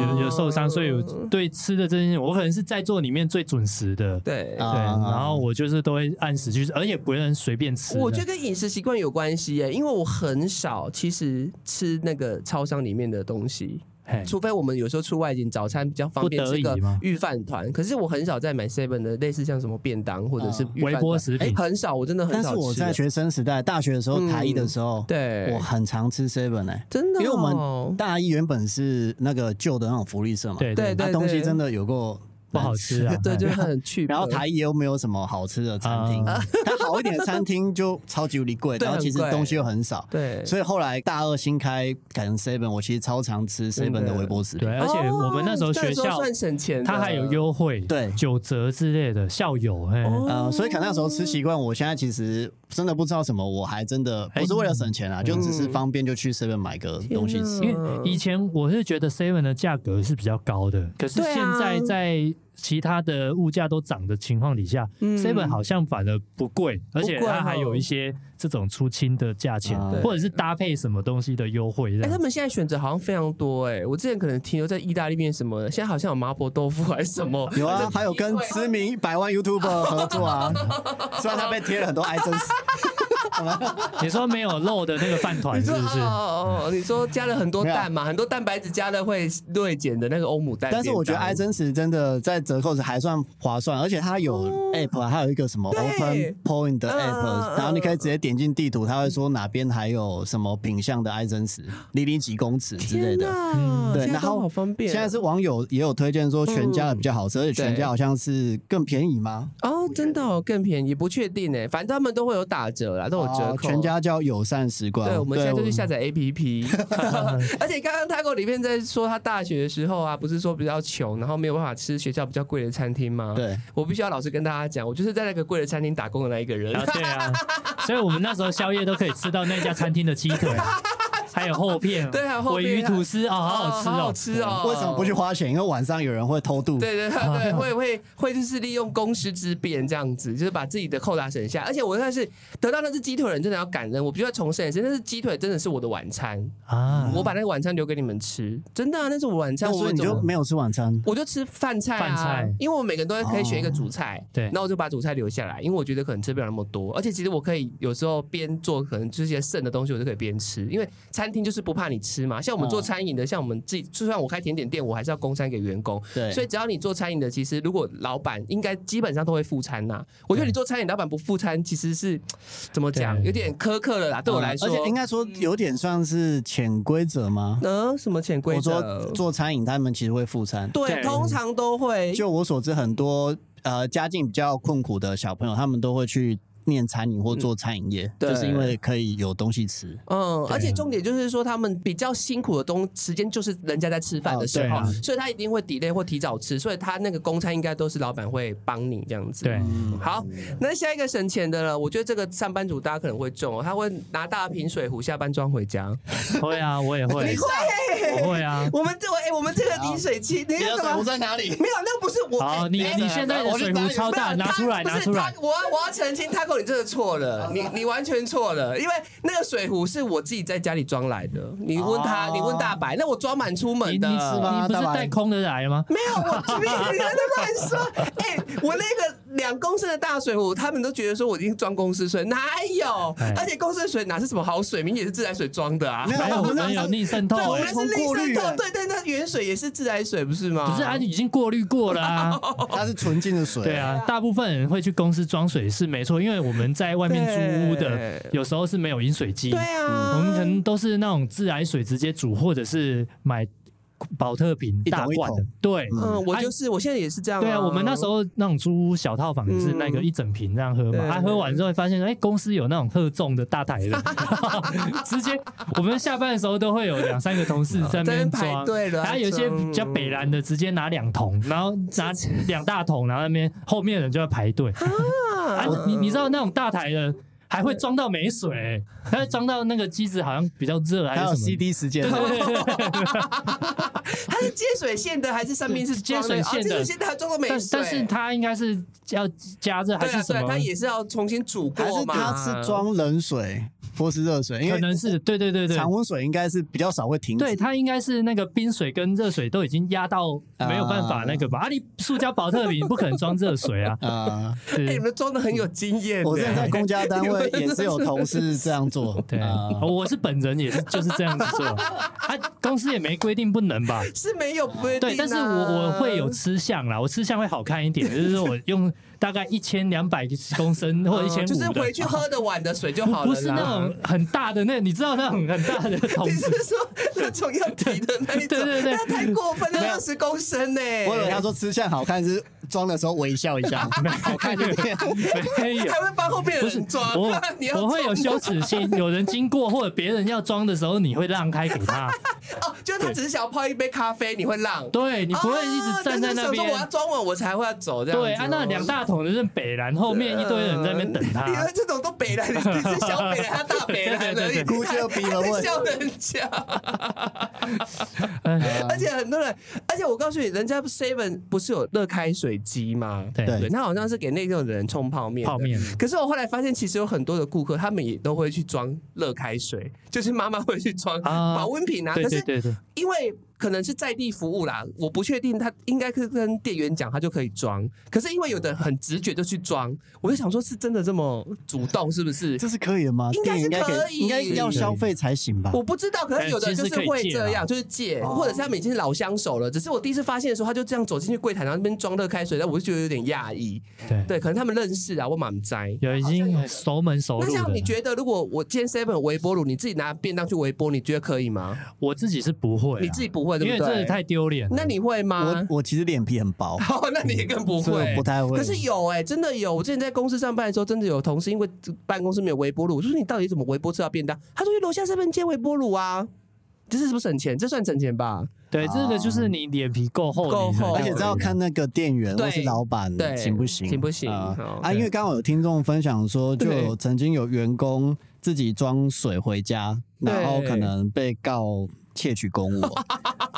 [SPEAKER 3] 有有受伤，所以我
[SPEAKER 2] 哦
[SPEAKER 3] 对吃的这件事，我可能是在座里面最准时的。
[SPEAKER 2] 对。
[SPEAKER 1] 啊
[SPEAKER 3] 对，然后我就是都会按时去吃，而且不能随便吃的。
[SPEAKER 2] 我觉得跟饮食习惯有关系耶，因为我很少其实吃那个超商里面的东西，
[SPEAKER 3] 嘿
[SPEAKER 2] 除非我们有时候出外景早餐比较方便
[SPEAKER 3] 不得
[SPEAKER 2] 吃
[SPEAKER 3] 已
[SPEAKER 2] 个
[SPEAKER 3] 吗
[SPEAKER 2] 预饭团，可是我很少在买 seven 的类似像什么便当或者是
[SPEAKER 1] 嗯
[SPEAKER 2] 预饭
[SPEAKER 3] 哦微波
[SPEAKER 2] 团
[SPEAKER 3] 食
[SPEAKER 2] 哎
[SPEAKER 3] 品
[SPEAKER 2] 很少，我真的很
[SPEAKER 1] 但
[SPEAKER 2] 少
[SPEAKER 1] 是
[SPEAKER 2] 吃。
[SPEAKER 1] 我在学生时代，大学的时候，
[SPEAKER 2] 嗯
[SPEAKER 1] 台一的时候，
[SPEAKER 2] 对
[SPEAKER 1] 我很常吃 seven 哎，
[SPEAKER 2] 真的、哦，
[SPEAKER 1] 因为我们大一原本是那个旧的那种福利社嘛，
[SPEAKER 3] 对
[SPEAKER 2] 对。
[SPEAKER 1] 那东西真的有够
[SPEAKER 3] 不好
[SPEAKER 1] 难
[SPEAKER 3] 吃啊
[SPEAKER 2] 对，就是很去。
[SPEAKER 1] 然后台一又没有什么好吃的餐厅
[SPEAKER 3] 啊，
[SPEAKER 1] 它好一点的餐厅就超级无敌贵，
[SPEAKER 2] 对
[SPEAKER 1] 然后其实
[SPEAKER 2] 很贵
[SPEAKER 1] 东西又很少，
[SPEAKER 2] 对，
[SPEAKER 1] 所以后来大二新开改成 seven，我其实超常吃
[SPEAKER 2] 真的
[SPEAKER 1] seven 的微波食品
[SPEAKER 3] 对，，而且我们那时候
[SPEAKER 2] 哦这
[SPEAKER 3] 学
[SPEAKER 2] 个
[SPEAKER 3] 校
[SPEAKER 2] 算省钱的，
[SPEAKER 3] 它还有优惠，
[SPEAKER 1] 对
[SPEAKER 3] 九折之类的，校友，嘿，
[SPEAKER 2] 哦
[SPEAKER 1] 呃，所以可能那时候吃习惯，我现在其实真的不知道什么，我还真的
[SPEAKER 2] 哎
[SPEAKER 1] 不是为了省钱啊，就只是方便就去 seven 买个东西吃
[SPEAKER 2] 嗯天。
[SPEAKER 3] 因为以前我是觉得 Seven 的价格是比较高的，可是
[SPEAKER 2] 对啊
[SPEAKER 3] 现在在其他的物价都涨的情况底下
[SPEAKER 2] 嗯
[SPEAKER 3] ，Seven 好像反而不贵，而且
[SPEAKER 2] 不贵哦
[SPEAKER 3] 它还有一些这种出清的价钱
[SPEAKER 1] 啊，
[SPEAKER 3] 或者是搭配什么东西的优惠这
[SPEAKER 2] 哎、
[SPEAKER 3] 样
[SPEAKER 2] 他。们现在选择好像非常多哎、我之前可能停留在意大利面什么的，现在好像有麻婆豆腐还是什么。
[SPEAKER 1] 有啊，还有跟知名一百万 YouTuber 合作 啊，虽然他被贴了很多爱真实，
[SPEAKER 3] 你说没有肉的那个饭
[SPEAKER 1] 啊
[SPEAKER 3] 团
[SPEAKER 2] 你
[SPEAKER 3] 是
[SPEAKER 2] 说
[SPEAKER 3] 不是？
[SPEAKER 2] 哦哦哦，你说加了很多蛋嘛，很多蛋白质加了会锐减的那个欧姆蛋便当，
[SPEAKER 1] 但是我觉得爱真实真的在折扣时还算划算，而且它有 App，还啊有一个什么
[SPEAKER 2] 哦对
[SPEAKER 1] Open Point 的
[SPEAKER 2] 嗯嗯嗯
[SPEAKER 1] App，然后你可以直接点进地图，它会说哪边还有什么品相的爱真实，离你几公尺之类
[SPEAKER 2] 天
[SPEAKER 1] 的。嗯
[SPEAKER 2] 哪，
[SPEAKER 1] 对，
[SPEAKER 2] 现
[SPEAKER 1] 然
[SPEAKER 2] 在都
[SPEAKER 1] 后
[SPEAKER 2] 好方便。
[SPEAKER 1] 现在是网友也有推荐说全
[SPEAKER 2] 嗯
[SPEAKER 1] 家的比较好吃，而且全
[SPEAKER 2] 对
[SPEAKER 1] 家好像是更便宜吗？
[SPEAKER 2] 哦，真的哦，更便宜，不确定哎，反正他们都会有打折啦，都有折
[SPEAKER 1] 哦
[SPEAKER 2] 扣。
[SPEAKER 1] 全家叫友善时光。
[SPEAKER 2] 对，我们现在就
[SPEAKER 1] 我
[SPEAKER 2] 去下载 APP。而且刚刚 Taco 里面在说他大学的时候啊，不是说比较穷，然后没有办法吃学校比较贵的餐厅吗？，
[SPEAKER 1] 对，
[SPEAKER 2] 我必须要老实跟大家讲，我就是在那个贵的餐厅打工的那一个人。
[SPEAKER 3] 啊， 对啊，所以我们那时候宵夜都可以吃到那家餐厅的鸡腿，还有厚片，
[SPEAKER 2] 对还有厚片
[SPEAKER 3] 尾鱼吐司哦，好好吃哦，
[SPEAKER 2] 好好吃哦！
[SPEAKER 1] 为什么不去？花钱？因为晚上有人会偷渡。
[SPEAKER 2] 对对对对，会会会就是利用公司之便这样子，就是把自己的扣打省下。而且我算是得到那只鸡腿的人，真的要感恩。我必须要重申一次，那只鸡腿真的是我的晚餐，
[SPEAKER 3] 啊。
[SPEAKER 2] 我把那个晚餐留给你们吃，真的、啊，那是我晚餐。
[SPEAKER 1] 嗯那所
[SPEAKER 2] 我
[SPEAKER 1] 以你
[SPEAKER 2] 怎么
[SPEAKER 1] 就没有吃晚餐？
[SPEAKER 2] 我就吃饭菜啊，
[SPEAKER 3] 饭菜哦
[SPEAKER 2] 因为我每个人都可以选一个主菜，
[SPEAKER 3] 对
[SPEAKER 2] 那我就把主菜留下来，因为我觉得可能吃不了那么多，而且其实我可以有时候边做可能这些剩的东西，我就可以边吃，因为餐厅就是不怕你吃
[SPEAKER 3] 哦
[SPEAKER 2] 嘛，像我们做餐饮的，像我们自己，就算我开甜点店，我还是要供餐给员工，
[SPEAKER 1] 对，
[SPEAKER 2] 所以只要你做餐饮的，其实如果老板应该基本上都会付餐呐、我觉得你做餐饮老板不付餐，其实是怎么讲，
[SPEAKER 3] 对
[SPEAKER 2] 有点苛刻了啦，对我来
[SPEAKER 1] 嗯
[SPEAKER 2] 说，嗯
[SPEAKER 1] 而且应该说有点算是潜规则吗？
[SPEAKER 2] 呃什么潜规
[SPEAKER 1] 我
[SPEAKER 2] 则
[SPEAKER 1] 说。做餐饮，他们其实会付餐。
[SPEAKER 2] 对，
[SPEAKER 3] 对
[SPEAKER 2] 通常都会，
[SPEAKER 1] 就我所知，很多呃家境比较困苦的小朋友，他们都会去念餐饮或做餐饮业，
[SPEAKER 2] 嗯对
[SPEAKER 1] 就是因为可以有东西吃。
[SPEAKER 2] 嗯，而且重点就是说，他们比较辛苦的东时间就是人家在吃饭的时候，
[SPEAKER 3] 哦对啊
[SPEAKER 2] 所以他一定会 delay 或提早吃，所以他那个公餐应该都是老板会帮你这样子。
[SPEAKER 3] 对，
[SPEAKER 2] 好，那下一个省钱的了，我觉得这个上班族大家可能会中哦，他会拿大瓶水壶下班装回家。
[SPEAKER 3] 会啊，我也会，我会啊。
[SPEAKER 2] 我们这我哎、我们这个饮水机，你
[SPEAKER 1] 你
[SPEAKER 2] 要
[SPEAKER 1] 的水
[SPEAKER 2] 干
[SPEAKER 1] 壶
[SPEAKER 2] 嘛？
[SPEAKER 1] 在哪里？
[SPEAKER 2] 没有，那个不是我。
[SPEAKER 3] 好，
[SPEAKER 2] 哎
[SPEAKER 3] 你
[SPEAKER 2] 哎
[SPEAKER 3] 你现在的水壶超大，哦拿出来，
[SPEAKER 2] 不是
[SPEAKER 3] 拿出来
[SPEAKER 2] 他。我要我要澄清，Taco，你真的错了，你你完全错了，因为那个水壶是我自己在家里装来的。你问他，
[SPEAKER 1] 哦
[SPEAKER 2] 你问大白，那我装满出
[SPEAKER 3] 你
[SPEAKER 2] 门
[SPEAKER 3] 你
[SPEAKER 2] 的。
[SPEAKER 3] 你不是
[SPEAKER 1] 大白
[SPEAKER 3] 带空的来 吗？
[SPEAKER 2] 没有，我你你在乱说。哎、我那个两公升的大水壶，他们都觉得说我已经装公司水，哪有
[SPEAKER 3] 哎？
[SPEAKER 2] 而且公司水哪是什么好水，明明也是自来水装的啊。
[SPEAKER 1] 没
[SPEAKER 3] 还有
[SPEAKER 1] 我们
[SPEAKER 3] 哎我们有逆渗透
[SPEAKER 2] 对，我
[SPEAKER 3] 欸
[SPEAKER 2] 们，是
[SPEAKER 1] 过
[SPEAKER 2] 绿
[SPEAKER 1] 滤
[SPEAKER 2] 色
[SPEAKER 1] 欸
[SPEAKER 2] 的，对，但那原水也是自来水，不是吗？
[SPEAKER 3] 不是啊，已经过滤过了 啊。
[SPEAKER 1] 它是纯净的水。
[SPEAKER 3] 对啊，大部分人会去公司装水是没错，因为我们在外面租屋的
[SPEAKER 2] 对，
[SPEAKER 3] 有时候是没有饮水机，
[SPEAKER 2] 对啊，
[SPEAKER 3] 我们可能都是那种自来水直接煮，或者是买保特瓶
[SPEAKER 1] 一桶
[SPEAKER 3] 大
[SPEAKER 1] 一
[SPEAKER 3] 罐的
[SPEAKER 1] 桶。
[SPEAKER 3] 对，
[SPEAKER 2] 嗯，我
[SPEAKER 3] 啊
[SPEAKER 2] 就是，我现在也是这样、
[SPEAKER 3] 对啊，我们那时候那种租小套房也是那个
[SPEAKER 2] 嗯
[SPEAKER 3] 一整瓶这样喝嘛，
[SPEAKER 2] 对
[SPEAKER 3] 他、喝完之后发现，哎、公司有那种喝重的大台 的， 直接我们下班的时候都会有两三个同事在
[SPEAKER 2] 在那
[SPEAKER 3] 那
[SPEAKER 2] 边
[SPEAKER 3] 边
[SPEAKER 2] 排
[SPEAKER 3] 装，
[SPEAKER 2] 队嗯了，
[SPEAKER 3] 然后有一些比较北蓝的直接拿两桶，然后拿两大桶，然后那边后面的人就要 排队。
[SPEAKER 2] 嗯
[SPEAKER 3] 啊，你你知道那种大台的还会装到没水、还会装到那个机子好像比较热还
[SPEAKER 1] 还有
[SPEAKER 3] 是什么。
[SPEAKER 1] CD 时间，
[SPEAKER 2] 它是接水线的还是上面是
[SPEAKER 3] 接水
[SPEAKER 2] 装
[SPEAKER 3] 线的
[SPEAKER 2] 啊、接水线的它装到没
[SPEAKER 3] 但
[SPEAKER 2] 水，
[SPEAKER 3] 但是它应该是要加热还
[SPEAKER 2] 对
[SPEAKER 3] 是
[SPEAKER 2] 啊
[SPEAKER 3] 什
[SPEAKER 2] 对啊，
[SPEAKER 3] 么？
[SPEAKER 2] 它也是要重新煮
[SPEAKER 1] 还
[SPEAKER 2] 过
[SPEAKER 1] 是
[SPEAKER 2] 嘛，
[SPEAKER 1] 它是装冷水或是热水？因
[SPEAKER 3] 可
[SPEAKER 1] 为
[SPEAKER 3] 能是对对对对，
[SPEAKER 1] 常温水应该是比较少会停止。，
[SPEAKER 3] 对，它应该是那个冰水跟热水都已经压到没有办法那个吧？啊，你塑胶保特瓶不可能装热 水啊
[SPEAKER 1] 啊，
[SPEAKER 3] 对
[SPEAKER 2] 哎、你们装的很有经验、欸，
[SPEAKER 1] 我之前在公家单位
[SPEAKER 2] 啊
[SPEAKER 1] 也是有同事这样做。
[SPEAKER 3] 对，哦
[SPEAKER 1] 啊
[SPEAKER 3] 我是本人也是就是这样子做，啊，公司也没规定不能吧？
[SPEAKER 2] 是没有啊不、
[SPEAKER 3] 对，但是我我会有
[SPEAKER 2] 嗯
[SPEAKER 3] 吃相啦，我吃相会好看一点，就是我用大概一千两百公升或一千
[SPEAKER 2] 嗯就是
[SPEAKER 3] 五
[SPEAKER 2] 回
[SPEAKER 3] 的，
[SPEAKER 2] 去喝得完的水就好了啦，
[SPEAKER 3] 不是那种很大的那，你知道那种很大的桶
[SPEAKER 2] 你
[SPEAKER 3] 子
[SPEAKER 2] 是，说那种要提的那一种？
[SPEAKER 3] 对对对
[SPEAKER 2] 那太过分了，二十公升呢、
[SPEAKER 1] 我以为他说吃相好看是装的时候微笑一 下，好看就这样。
[SPEAKER 3] 没有
[SPEAKER 2] 还。会帮后面的
[SPEAKER 3] 哎不是
[SPEAKER 2] 人装，
[SPEAKER 3] 我
[SPEAKER 2] 你要
[SPEAKER 3] 我会有
[SPEAKER 2] 装
[SPEAKER 3] 羞耻心，有人经过或者别人要装的时候，你会让开给他，
[SPEAKER 2] 哦，就是他只是想要泡一杯咖啡，你会让，
[SPEAKER 3] 对你不会一直站在那
[SPEAKER 2] 哦但是想
[SPEAKER 3] 边。
[SPEAKER 2] 说我要装完我才会要走这样子哦。
[SPEAKER 3] 对啊，那两大桶的是北兰，后面一堆人在那边 等
[SPEAKER 2] 你们
[SPEAKER 3] 他。
[SPEAKER 2] 这种都北来，你你是小北来，他大北来了，
[SPEAKER 3] 对
[SPEAKER 2] 你
[SPEAKER 3] 对对
[SPEAKER 1] 估计又比了
[SPEAKER 2] 还
[SPEAKER 1] 问嗯
[SPEAKER 2] 笑人家，
[SPEAKER 3] 哎
[SPEAKER 1] 啊
[SPEAKER 2] 而且很多人，而且我告诉你，人家 Seven 不是有热开水机吗？
[SPEAKER 3] 对
[SPEAKER 1] 对
[SPEAKER 2] 他好像是给那种人冲泡面的，
[SPEAKER 3] 泡面
[SPEAKER 2] 可是我后来发现，其实有很多的顾客，他们也都会去装热开水，就是妈妈会去装
[SPEAKER 3] 啊
[SPEAKER 2] 保温瓶啊。
[SPEAKER 3] 对
[SPEAKER 2] 可
[SPEAKER 3] 对
[SPEAKER 2] 是
[SPEAKER 3] 对对，
[SPEAKER 2] 因为可能是在地服务啦，我不确定他应该是跟店员讲，他就可以装。可是因为有的很直觉就去装，我就想说，是真的这么主动是不是？
[SPEAKER 1] 这是可以的吗？
[SPEAKER 2] 应该是
[SPEAKER 1] 电影应该
[SPEAKER 2] 可
[SPEAKER 1] 可
[SPEAKER 2] 以
[SPEAKER 1] 以，应该要消费才行吧？
[SPEAKER 2] 我不知道，可是有的
[SPEAKER 3] 哎其
[SPEAKER 2] 就
[SPEAKER 3] 实
[SPEAKER 2] 是
[SPEAKER 3] 可以
[SPEAKER 2] 会
[SPEAKER 3] 借啦哦
[SPEAKER 2] 这样，就是借，或者是他们已经是老相熟了。只是我第一次发现的时候，他就这样走进去柜台，然后那边装热开水，但我就觉得有点讶异。
[SPEAKER 3] 对
[SPEAKER 2] 对，可能他们认识啊，我满栽。
[SPEAKER 3] 有已经熟门熟
[SPEAKER 2] 那
[SPEAKER 3] 路啊
[SPEAKER 2] 像你
[SPEAKER 3] 的。
[SPEAKER 2] 觉得，如果我今天 seven 微波炉，你自己拿便当去微波，你觉得可以吗？
[SPEAKER 3] 我自己是不会啊，
[SPEAKER 2] 你自己不会，对
[SPEAKER 3] 因
[SPEAKER 2] 不
[SPEAKER 3] 为
[SPEAKER 2] 对？
[SPEAKER 3] 真的太丢脸了。
[SPEAKER 2] 那你会吗
[SPEAKER 1] 我？我其实脸皮很薄，
[SPEAKER 2] 哦，那你也更不
[SPEAKER 1] 所以
[SPEAKER 2] 会，
[SPEAKER 1] 我不太会
[SPEAKER 2] 可是有哎、真的有。我之前在公司上班的时候，真的有同事因为办公室没有微波炉，我就说你到底怎么微波吃到便当？他说去楼下这边接微波炉啊。这是不是省钱？这算省钱吧？
[SPEAKER 3] 对这个就是你脸皮够厚，
[SPEAKER 2] 够
[SPEAKER 3] 你才
[SPEAKER 2] 厚
[SPEAKER 1] 而且
[SPEAKER 3] 会
[SPEAKER 1] 这要看那个店员
[SPEAKER 2] 对
[SPEAKER 1] 或是老板
[SPEAKER 2] 对
[SPEAKER 1] 行不行，
[SPEAKER 2] 行不行
[SPEAKER 1] 啊
[SPEAKER 2] 好
[SPEAKER 1] 啊，
[SPEAKER 2] 对
[SPEAKER 1] 因为刚好有听众分享说，就
[SPEAKER 2] 对
[SPEAKER 1] 有曾经有员工自己装水回家，然后
[SPEAKER 2] 对
[SPEAKER 1] 可能被告窃取公物。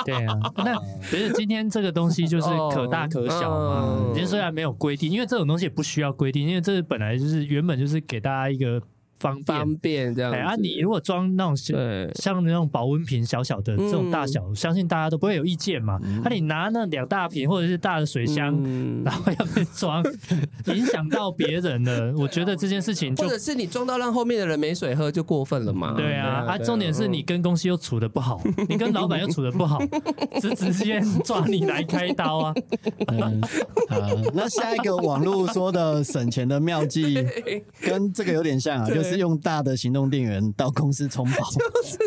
[SPEAKER 3] 对啊，那不是今天这个东 西就是可大可小
[SPEAKER 2] 哦
[SPEAKER 3] 嘛。今天虽然没有规定，因为这种东西也不需要规定，因为这本来就是原本就是给大家一个方
[SPEAKER 2] 方
[SPEAKER 3] 便。
[SPEAKER 2] 便这样子。
[SPEAKER 3] 哎啊，嗯你如果装那种
[SPEAKER 2] 对
[SPEAKER 3] 像那种保温瓶小小的这种大小，
[SPEAKER 2] 嗯
[SPEAKER 3] 相信大家都不会有意见嘛。那、你拿那两大瓶或者是大的水箱，
[SPEAKER 2] 嗯
[SPEAKER 3] 然后要被 装，影响到别人了，我觉得这件事情就
[SPEAKER 2] 啊或者是你装到让后面的人没水喝，就过分了嘛？
[SPEAKER 3] 对啊，啊，
[SPEAKER 2] 对
[SPEAKER 3] 重点是你跟公司又处的 不好，你跟老板又处的不好，直直接抓你来开 刀啊！
[SPEAKER 1] 嗯 啊那下一个网络说的省钱的妙计，跟这个有点像啊，
[SPEAKER 2] 对
[SPEAKER 1] 就是用大的行动电源到公司充饱，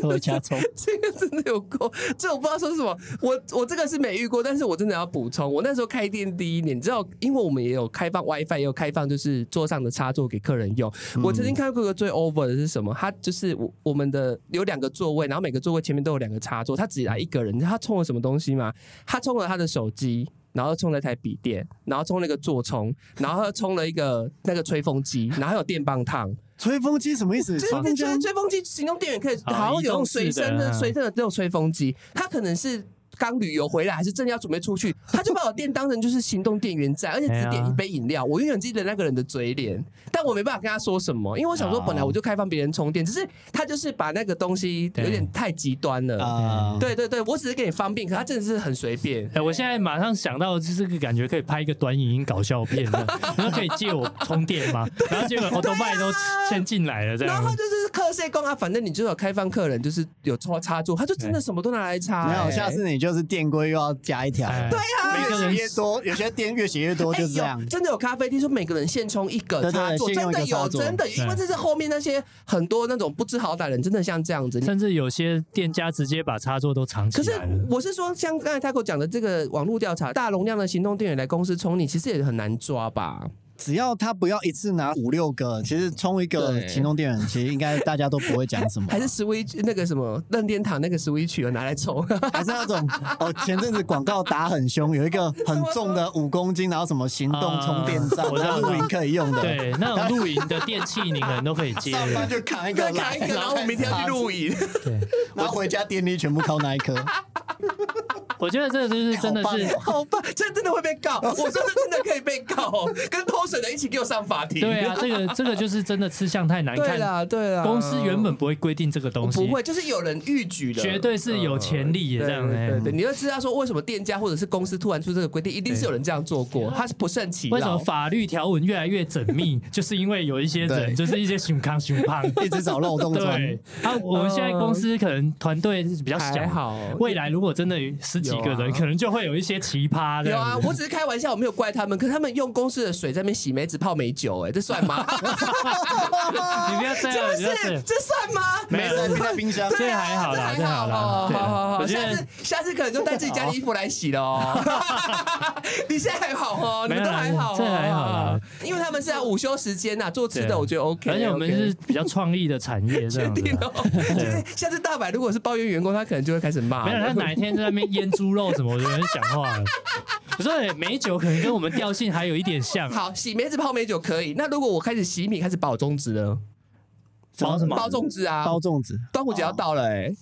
[SPEAKER 1] 回家充。
[SPEAKER 2] 这个真的有过，这我不知道说什么。我我这个是没遇过，但是我真的要补充，我那时候开店第一年，你知道，因为我们也有开放 WiFi，也有开放就是桌上的插座给客人用。我曾经看过一个最 over 的是什么？他就是我我们的有两个座位，然后每个座位前面都有两个插座，他只来一个人，你知道他充了什么东西吗？他充了他的手机。然后充了一台笔电，然后充了一个座充，然后充了一个那个吹风机，然后还有电棒烫。
[SPEAKER 1] 吹风机什么意思？
[SPEAKER 2] 就是
[SPEAKER 1] 风
[SPEAKER 2] 就是吹风机，行动电源可以，
[SPEAKER 3] 啊
[SPEAKER 2] 好像有那种随身
[SPEAKER 3] 移动式的
[SPEAKER 2] 的、
[SPEAKER 3] 啊
[SPEAKER 2] 随身的这种吹风机，它可能是。刚旅游回来，还是正要准备出 去，他就把我店当成就是行动电源站，而
[SPEAKER 3] 哎
[SPEAKER 2] 且只点一杯饮料。我永远记得那个人的嘴脸，但我没办法跟他说什么，因为我想说，
[SPEAKER 3] 啊
[SPEAKER 2] 本来我就开放别人充电，只是他就是把那个东西有点太极端
[SPEAKER 3] 哎
[SPEAKER 2] 了。
[SPEAKER 1] 啊，
[SPEAKER 2] 对对对，我只是给你方便，可他真的是很随便。
[SPEAKER 3] 哎、我现在马上想到，就是个感觉可以拍一个短影音搞笑片 的，然后可以借我充电吗？然后结果 a u t o b i 都先进来了，这
[SPEAKER 2] 然
[SPEAKER 3] 样
[SPEAKER 2] 后他就是客社工啊，反正你就有开放客人，就是有插插座，他就
[SPEAKER 3] 哎
[SPEAKER 2] 真的什么都拿来插、
[SPEAKER 1] 没有，
[SPEAKER 2] 欸
[SPEAKER 1] 下次你就是电规又要加一条。哎
[SPEAKER 3] 哎
[SPEAKER 2] 对啊，
[SPEAKER 3] 每个人
[SPEAKER 1] 越写越多，有些电越写越多，
[SPEAKER 2] 哎
[SPEAKER 1] 就是这样
[SPEAKER 2] 有。真的有咖啡厅说每个人现充一个
[SPEAKER 1] 对对
[SPEAKER 2] 插座，
[SPEAKER 1] 现用一个
[SPEAKER 2] 真的有，
[SPEAKER 1] 插座
[SPEAKER 2] 真的，因为这是后面那些很多那种不知好歹的人，真的像这样子。你
[SPEAKER 3] 甚至有些店家直接把插座都藏
[SPEAKER 2] 可
[SPEAKER 3] 起
[SPEAKER 2] 是
[SPEAKER 3] 来了。
[SPEAKER 2] 我是说，像刚才 Taco 讲的这个网络调查，大容量的行动电源来公司充你，其实也很难抓吧？
[SPEAKER 1] 只要他不要一次拿五六个，其实充一
[SPEAKER 2] 对
[SPEAKER 1] 个行动电源，其实应该大家都不会讲什么。
[SPEAKER 2] 还是 Switch 那个什么任天堂那个 Switch 有拿来充？
[SPEAKER 1] 还是那种哦，前阵子广告打很凶，有一个很重的五公斤，然后什么行动充电
[SPEAKER 3] 啊
[SPEAKER 1] 站，
[SPEAKER 3] 我知道
[SPEAKER 1] 那露营可以用的。，
[SPEAKER 3] 对，那种露营的电器你可能都可以接
[SPEAKER 1] 上班就扛一个来，
[SPEAKER 2] 各拿一个，然后我明天要去露营。
[SPEAKER 3] 对，
[SPEAKER 1] 然后回家电力全部靠那一颗。
[SPEAKER 3] 我觉得这个就是真的
[SPEAKER 1] 好棒
[SPEAKER 3] 是
[SPEAKER 1] 哦
[SPEAKER 2] 好吧，这真的会被告，我说这真的可以被告哦，跟偷水的一起给我上法庭。
[SPEAKER 3] 对啊，这个这个就是真的吃相太难
[SPEAKER 2] 对
[SPEAKER 3] 看。
[SPEAKER 2] 啦，对啦，
[SPEAKER 3] 公司原本不会规定这个
[SPEAKER 2] 我
[SPEAKER 3] 东西，
[SPEAKER 2] 不会，就是有人逾矩的，
[SPEAKER 3] 绝对是有潜力的这样
[SPEAKER 2] 对
[SPEAKER 3] 哎
[SPEAKER 2] 对对，
[SPEAKER 3] 的。
[SPEAKER 2] 你要知道说为什么店家或者是公司突然出这个规定，一定是有人这样做过，他是不胜其
[SPEAKER 3] 为什么
[SPEAKER 2] 扰。
[SPEAKER 3] 法律条文越来越缜 密？就是因为有一些人，
[SPEAKER 1] 对
[SPEAKER 3] 就是一些熊康熊胖，
[SPEAKER 1] 一直找漏洞钻。
[SPEAKER 3] 对，啊，我们现在公司可能团队比较
[SPEAKER 2] 还
[SPEAKER 3] 小，
[SPEAKER 2] 好，
[SPEAKER 3] 未来如果真的有十几个
[SPEAKER 2] 有啊
[SPEAKER 3] 人，可能就会有一些奇葩的。
[SPEAKER 2] 有啊，我只是开玩笑，我没有怪他们，可是他们用公司的水在那边洗梅子泡美酒，哎，这算 吗？
[SPEAKER 3] 你不要 这样，
[SPEAKER 2] 这
[SPEAKER 3] 你不要这
[SPEAKER 2] 啊是
[SPEAKER 3] 样，
[SPEAKER 2] 这算吗？
[SPEAKER 1] 没事，冰在冰箱。
[SPEAKER 3] 这还好啦，
[SPEAKER 2] 啊这
[SPEAKER 3] 这
[SPEAKER 2] 还
[SPEAKER 3] 好
[SPEAKER 2] 哦
[SPEAKER 3] 啦，对
[SPEAKER 2] 好好
[SPEAKER 3] 啊，
[SPEAKER 2] 好，
[SPEAKER 3] 我觉
[SPEAKER 2] 下
[SPEAKER 3] 得
[SPEAKER 2] 次下次可能就带自己家的衣服来洗了 哦。 你现在还好哦，你们都还好哦，
[SPEAKER 3] 没有啦这还好啦，
[SPEAKER 2] 因为他们是在午休时间呐，做吃
[SPEAKER 3] 对
[SPEAKER 2] 的
[SPEAKER 3] 啊
[SPEAKER 2] 我觉得 OK，
[SPEAKER 3] 而且我们
[SPEAKER 2] OK
[SPEAKER 3] 是比较创意的产业，这
[SPEAKER 2] 确
[SPEAKER 3] 样子
[SPEAKER 2] 定
[SPEAKER 3] 啊。
[SPEAKER 2] 哦，就是下次大阪如果是抱怨员工，他可能就会开始骂
[SPEAKER 3] 没有，
[SPEAKER 2] 了。
[SPEAKER 3] 他哪一天在 那边腌猪肉什么，我就跟讲话了。我说哎美酒可能跟我们调性还有一点像，
[SPEAKER 2] 好，洗梅子泡梅酒可以。那如果我开始洗米，开始包粽子呢？
[SPEAKER 3] 包什么
[SPEAKER 2] 包粽子啊！
[SPEAKER 1] 包粽子，
[SPEAKER 2] 端午节要到了哎、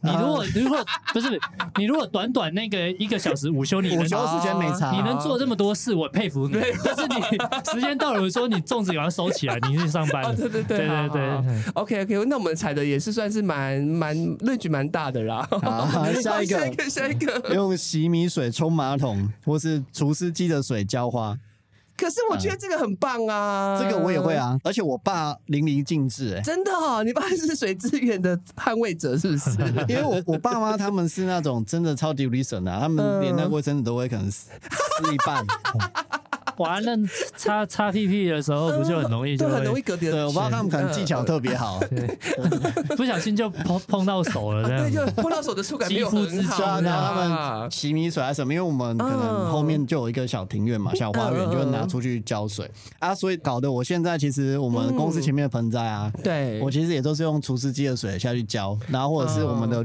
[SPEAKER 3] 你如
[SPEAKER 2] 呃
[SPEAKER 3] 果如果不是你如果短短那个一个小时午休，你
[SPEAKER 1] 午
[SPEAKER 3] 能
[SPEAKER 1] 休时间没差。
[SPEAKER 3] 你能做这么多事，我佩服你。
[SPEAKER 2] 啊
[SPEAKER 3] 但是 你时间到了，说你粽子也要收起来，你去上
[SPEAKER 1] 哎
[SPEAKER 3] 班了。
[SPEAKER 2] 啊哦对对对
[SPEAKER 3] 对
[SPEAKER 2] 好
[SPEAKER 3] 对
[SPEAKER 2] 好
[SPEAKER 3] 对，
[SPEAKER 2] OK OK，那我们踩的也是算是蛮蛮论据蛮大的啦。
[SPEAKER 1] 好，下一
[SPEAKER 2] 下
[SPEAKER 1] 个
[SPEAKER 2] 一。个，下一个。
[SPEAKER 1] 用洗米水冲马桶，或是除湿机的水浇花，
[SPEAKER 2] 可是我觉得这个很棒啊，
[SPEAKER 1] 这个我也会。啊，而且我爸淋漓尽致哎、
[SPEAKER 2] 真的哦，你爸是水资源的捍卫者是不 是？
[SPEAKER 1] 因为我我爸妈他们是那种真的超级 reason 的、啊，他们连那个卫生纸都会可能撕撕一半。
[SPEAKER 3] 哇，那擦擦屁屁的时候不就很容易就
[SPEAKER 2] 对，很容易
[SPEAKER 3] 会
[SPEAKER 2] 隔 离。嗯
[SPEAKER 1] 对，我嗯不知道他们可能技巧特别好，
[SPEAKER 3] 不小心就碰碰到手了这
[SPEAKER 2] 对，就
[SPEAKER 3] 样。
[SPEAKER 2] 碰到手的触感没有
[SPEAKER 3] 肌肤之
[SPEAKER 2] 很好
[SPEAKER 1] 对啊，
[SPEAKER 2] 啦。
[SPEAKER 1] 然后他们洗米水啊什么，因为我们可能后面就有一个小庭院嘛，小花园就会拿出去浇水啊，所以搞得我现在其实我们公司前面的盆栽啊，
[SPEAKER 2] 对，
[SPEAKER 1] 我其实也都是用除湿机的水下去浇，然后或者是我们的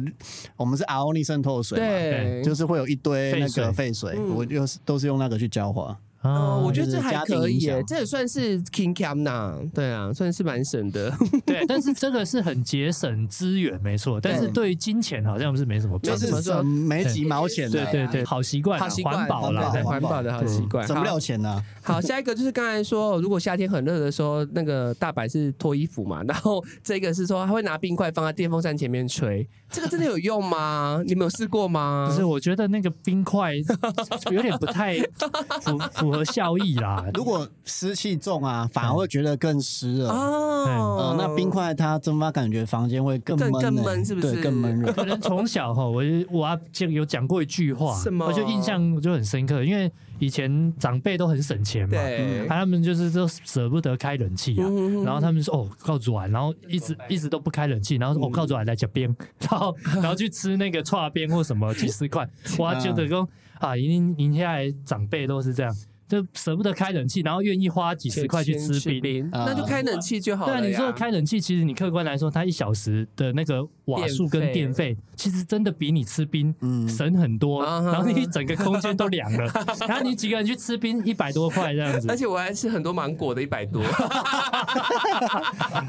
[SPEAKER 1] 我们是 R O 逆渗透水嘛，
[SPEAKER 2] 对，
[SPEAKER 1] 就是会有一堆那个
[SPEAKER 3] 废
[SPEAKER 1] 废水，嗯我就是都是用那个去浇花。
[SPEAKER 3] 啊
[SPEAKER 2] 嗯，我觉得
[SPEAKER 1] 就
[SPEAKER 2] 这
[SPEAKER 1] 是
[SPEAKER 2] 还
[SPEAKER 1] 家庭
[SPEAKER 2] 可以
[SPEAKER 1] 影响
[SPEAKER 2] 耶，这也算是 King Cam 呐，对啊，算是蛮省的。
[SPEAKER 3] 对，但是这个是很节省资源，没错。但是对于金钱好像是没什么帮
[SPEAKER 1] 就
[SPEAKER 3] 助。
[SPEAKER 1] 是省没几毛钱的、
[SPEAKER 3] 对
[SPEAKER 1] 啊，
[SPEAKER 3] 对对，好习惯啊，
[SPEAKER 2] 好习惯
[SPEAKER 3] 环保
[SPEAKER 1] 好
[SPEAKER 3] 啦
[SPEAKER 2] 对，
[SPEAKER 1] 环保
[SPEAKER 2] 环保的好习惯。
[SPEAKER 1] 省不
[SPEAKER 2] 好
[SPEAKER 1] 了钱呐、
[SPEAKER 2] 好，下一个就是刚才说，如果夏天很热的时候，那个大白是脱衣服嘛，然后这个是说他会拿冰块放在电风扇前面吹，这个真的有用吗？你们有试过吗
[SPEAKER 3] 不？是，我觉得那个冰块有点不太符符符合效益啦。
[SPEAKER 1] 如果湿气重啊，反而会觉得更湿了。
[SPEAKER 2] 嗯哦
[SPEAKER 1] 呃，那冰块它蒸发，感觉房间会更
[SPEAKER 2] 更
[SPEAKER 1] 闷欸，
[SPEAKER 2] 更闷是不是
[SPEAKER 1] 对，更闷 热。
[SPEAKER 3] 可能从小哈，我就我啊讲有讲过一句话
[SPEAKER 2] 什，么
[SPEAKER 3] 我就印象就很深刻，因为以前长辈都很省钱嘛，
[SPEAKER 2] 对，
[SPEAKER 3] 啊
[SPEAKER 1] 嗯
[SPEAKER 3] 他们就是都舍不得开冷气啊，然后他们说哦靠软，然后一直一直都不开冷气，然后说哦靠软来吃冰，然后啊然后去吃那个串冰或什么几十块，哇
[SPEAKER 1] 啊
[SPEAKER 3] 觉得说啊，您您现在长辈都是这样，就舍不得开冷气，然后愿意花几十块去吃冰。
[SPEAKER 2] 冰，
[SPEAKER 1] 啊
[SPEAKER 2] 那就开冷气就好
[SPEAKER 3] 对啊，
[SPEAKER 2] 了。
[SPEAKER 3] 你说，开冷气，其实你客观来说，它一小时的那个瓦数跟
[SPEAKER 2] 电
[SPEAKER 3] 电费，其实真的比你吃冰
[SPEAKER 1] 嗯
[SPEAKER 3] 省很多。
[SPEAKER 2] 啊哈
[SPEAKER 3] 然后你一整个空间都凉了，然后你几个人去吃冰，一百多块这样子
[SPEAKER 2] 而。且我还吃很多芒果的，一百多。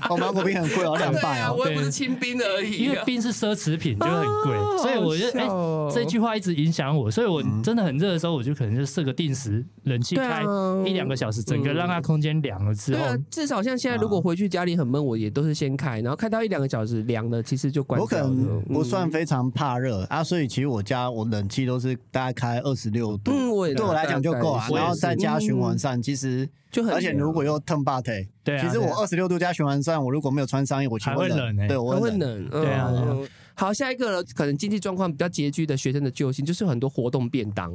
[SPEAKER 1] 哦，芒果冰很贵哦， 两
[SPEAKER 2] 对
[SPEAKER 1] 百
[SPEAKER 2] 啊，
[SPEAKER 1] 哦。
[SPEAKER 2] 我也不是清冰而已。啊
[SPEAKER 3] 因为冰是奢侈品，就很贵，
[SPEAKER 2] 哦
[SPEAKER 3] 所以我就
[SPEAKER 2] 好
[SPEAKER 3] 哎、
[SPEAKER 2] 笑哦
[SPEAKER 3] 这句话一直影响我，所以我真的很热的时候，我就可能就设个定时冷气
[SPEAKER 2] 对啊
[SPEAKER 3] 开一两个小时，整个让它空间凉了之
[SPEAKER 2] 对
[SPEAKER 3] 后
[SPEAKER 2] 啊，，至少像现在，如
[SPEAKER 1] 啊
[SPEAKER 2] 果回去家里很闷，我也都是先开，然后开到一两个小时凉了，其实就关
[SPEAKER 1] 我可
[SPEAKER 2] 掉了嗯
[SPEAKER 1] 能。不算非常怕热啊，所以其实我家我冷气都是大概开二十六度，
[SPEAKER 2] 嗯我也
[SPEAKER 1] 对我来讲就够啊。
[SPEAKER 2] 大概是
[SPEAKER 1] 然后再加循环扇，其实
[SPEAKER 2] 就很啊
[SPEAKER 1] 而且如果又 turn b a t
[SPEAKER 3] 对啊
[SPEAKER 1] 其实我二十六度加循环扇，我如果没有穿上衣，我其实
[SPEAKER 3] 还会冷欸
[SPEAKER 1] 对我
[SPEAKER 2] 很会
[SPEAKER 1] 会冷。
[SPEAKER 2] 冷，
[SPEAKER 3] 对啊对啊
[SPEAKER 2] 嗯好，下一个了，可能经济状况比较拮据的学生的救星就是很多活动便当，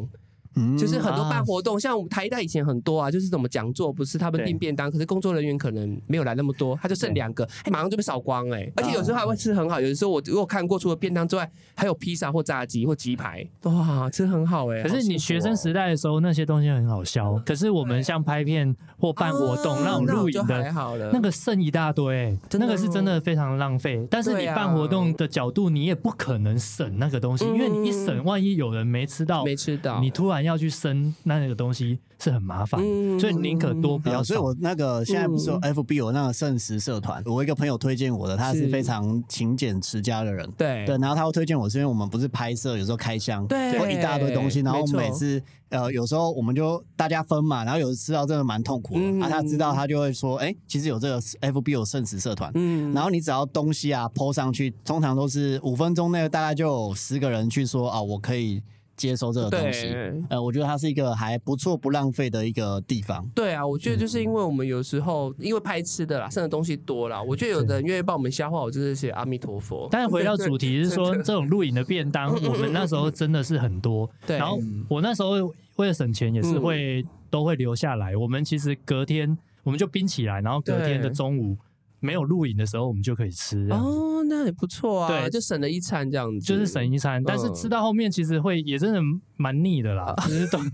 [SPEAKER 1] 嗯
[SPEAKER 2] 就是很多
[SPEAKER 3] 啊
[SPEAKER 2] 办活动，像我们台大以前很多啊，就是怎么讲座，不是他们订便当，可是工作人员可能没有来那么多，他就剩两个，哎马上就被扫光哎、
[SPEAKER 1] 啊
[SPEAKER 2] 而且有时候还会吃很好，有的时候我我有看过，除了便当之外，还有披萨或炸鸡或鸡排，哇，吃很好哎、
[SPEAKER 3] 可是你
[SPEAKER 2] 好
[SPEAKER 3] 学
[SPEAKER 2] 幸福哦
[SPEAKER 3] 生时代的时候，那些东西很好消。可是我们像拍片或办活动、
[SPEAKER 2] 啊
[SPEAKER 3] 那种露营
[SPEAKER 2] 那我就还
[SPEAKER 3] 的，
[SPEAKER 2] 好了，
[SPEAKER 3] 那个剩一大堆、
[SPEAKER 2] 真的
[SPEAKER 3] 那个是真的非常浪费。但是你
[SPEAKER 2] 对啊嗯
[SPEAKER 3] 办活动的角度，你也不可能省那个东西，因为你一省，万一有人没吃到，
[SPEAKER 2] 没吃到，
[SPEAKER 3] 你突然要去生那个东西是很麻烦的，
[SPEAKER 2] 嗯
[SPEAKER 3] 所以宁可多不
[SPEAKER 1] 啊
[SPEAKER 3] 要
[SPEAKER 1] 所以
[SPEAKER 3] 少。
[SPEAKER 1] 我那个现在不是有 FB 有那个圣食社团，我一个朋友推荐我的，他
[SPEAKER 2] 是
[SPEAKER 1] 是非常勤俭持家的人。
[SPEAKER 2] 对
[SPEAKER 1] 对，然后他会推荐我，是因为我们不是拍摄，有时候开箱，
[SPEAKER 2] 对
[SPEAKER 1] 会一大堆东西，然后
[SPEAKER 2] 没错
[SPEAKER 1] 每次呃，有时候我们就大家分嘛，然后有时吃到真的蛮痛苦的，
[SPEAKER 2] 嗯
[SPEAKER 1] 啊，他知道他就会说，哎，其实有这个 FB 有圣食社团，
[SPEAKER 2] 嗯
[SPEAKER 1] 然后你只要东西啊 PO 上去，通常都是五分钟内大概就有十个人去说啊，我可以接收这个东西
[SPEAKER 2] 对，
[SPEAKER 1] 呃，我觉得它是一个还不错不浪费的一个地方。
[SPEAKER 2] 对啊，我觉得就是因为我们有时候因为拍吃的啦，剩的东西多啦，我觉得有的人愿意帮我们消化，我就是写阿弥陀佛。
[SPEAKER 3] 嗯但是回到主题是说，这种录影的便当，我们那时候真的是很多。
[SPEAKER 2] 对嗯
[SPEAKER 3] 然后我那时候为了省钱，也是会、都会留下来。我们其实隔天我们就冰起来，然后隔天的中午没有录影的时候，我们就可以吃。
[SPEAKER 2] 哦，那也不错啊，
[SPEAKER 3] 对
[SPEAKER 2] 就省了一餐这样子，
[SPEAKER 3] 就是省一
[SPEAKER 2] 嗯
[SPEAKER 3] 餐，但是吃到后面其实会也真的蛮腻的啦，就是
[SPEAKER 2] 嗯
[SPEAKER 3] 都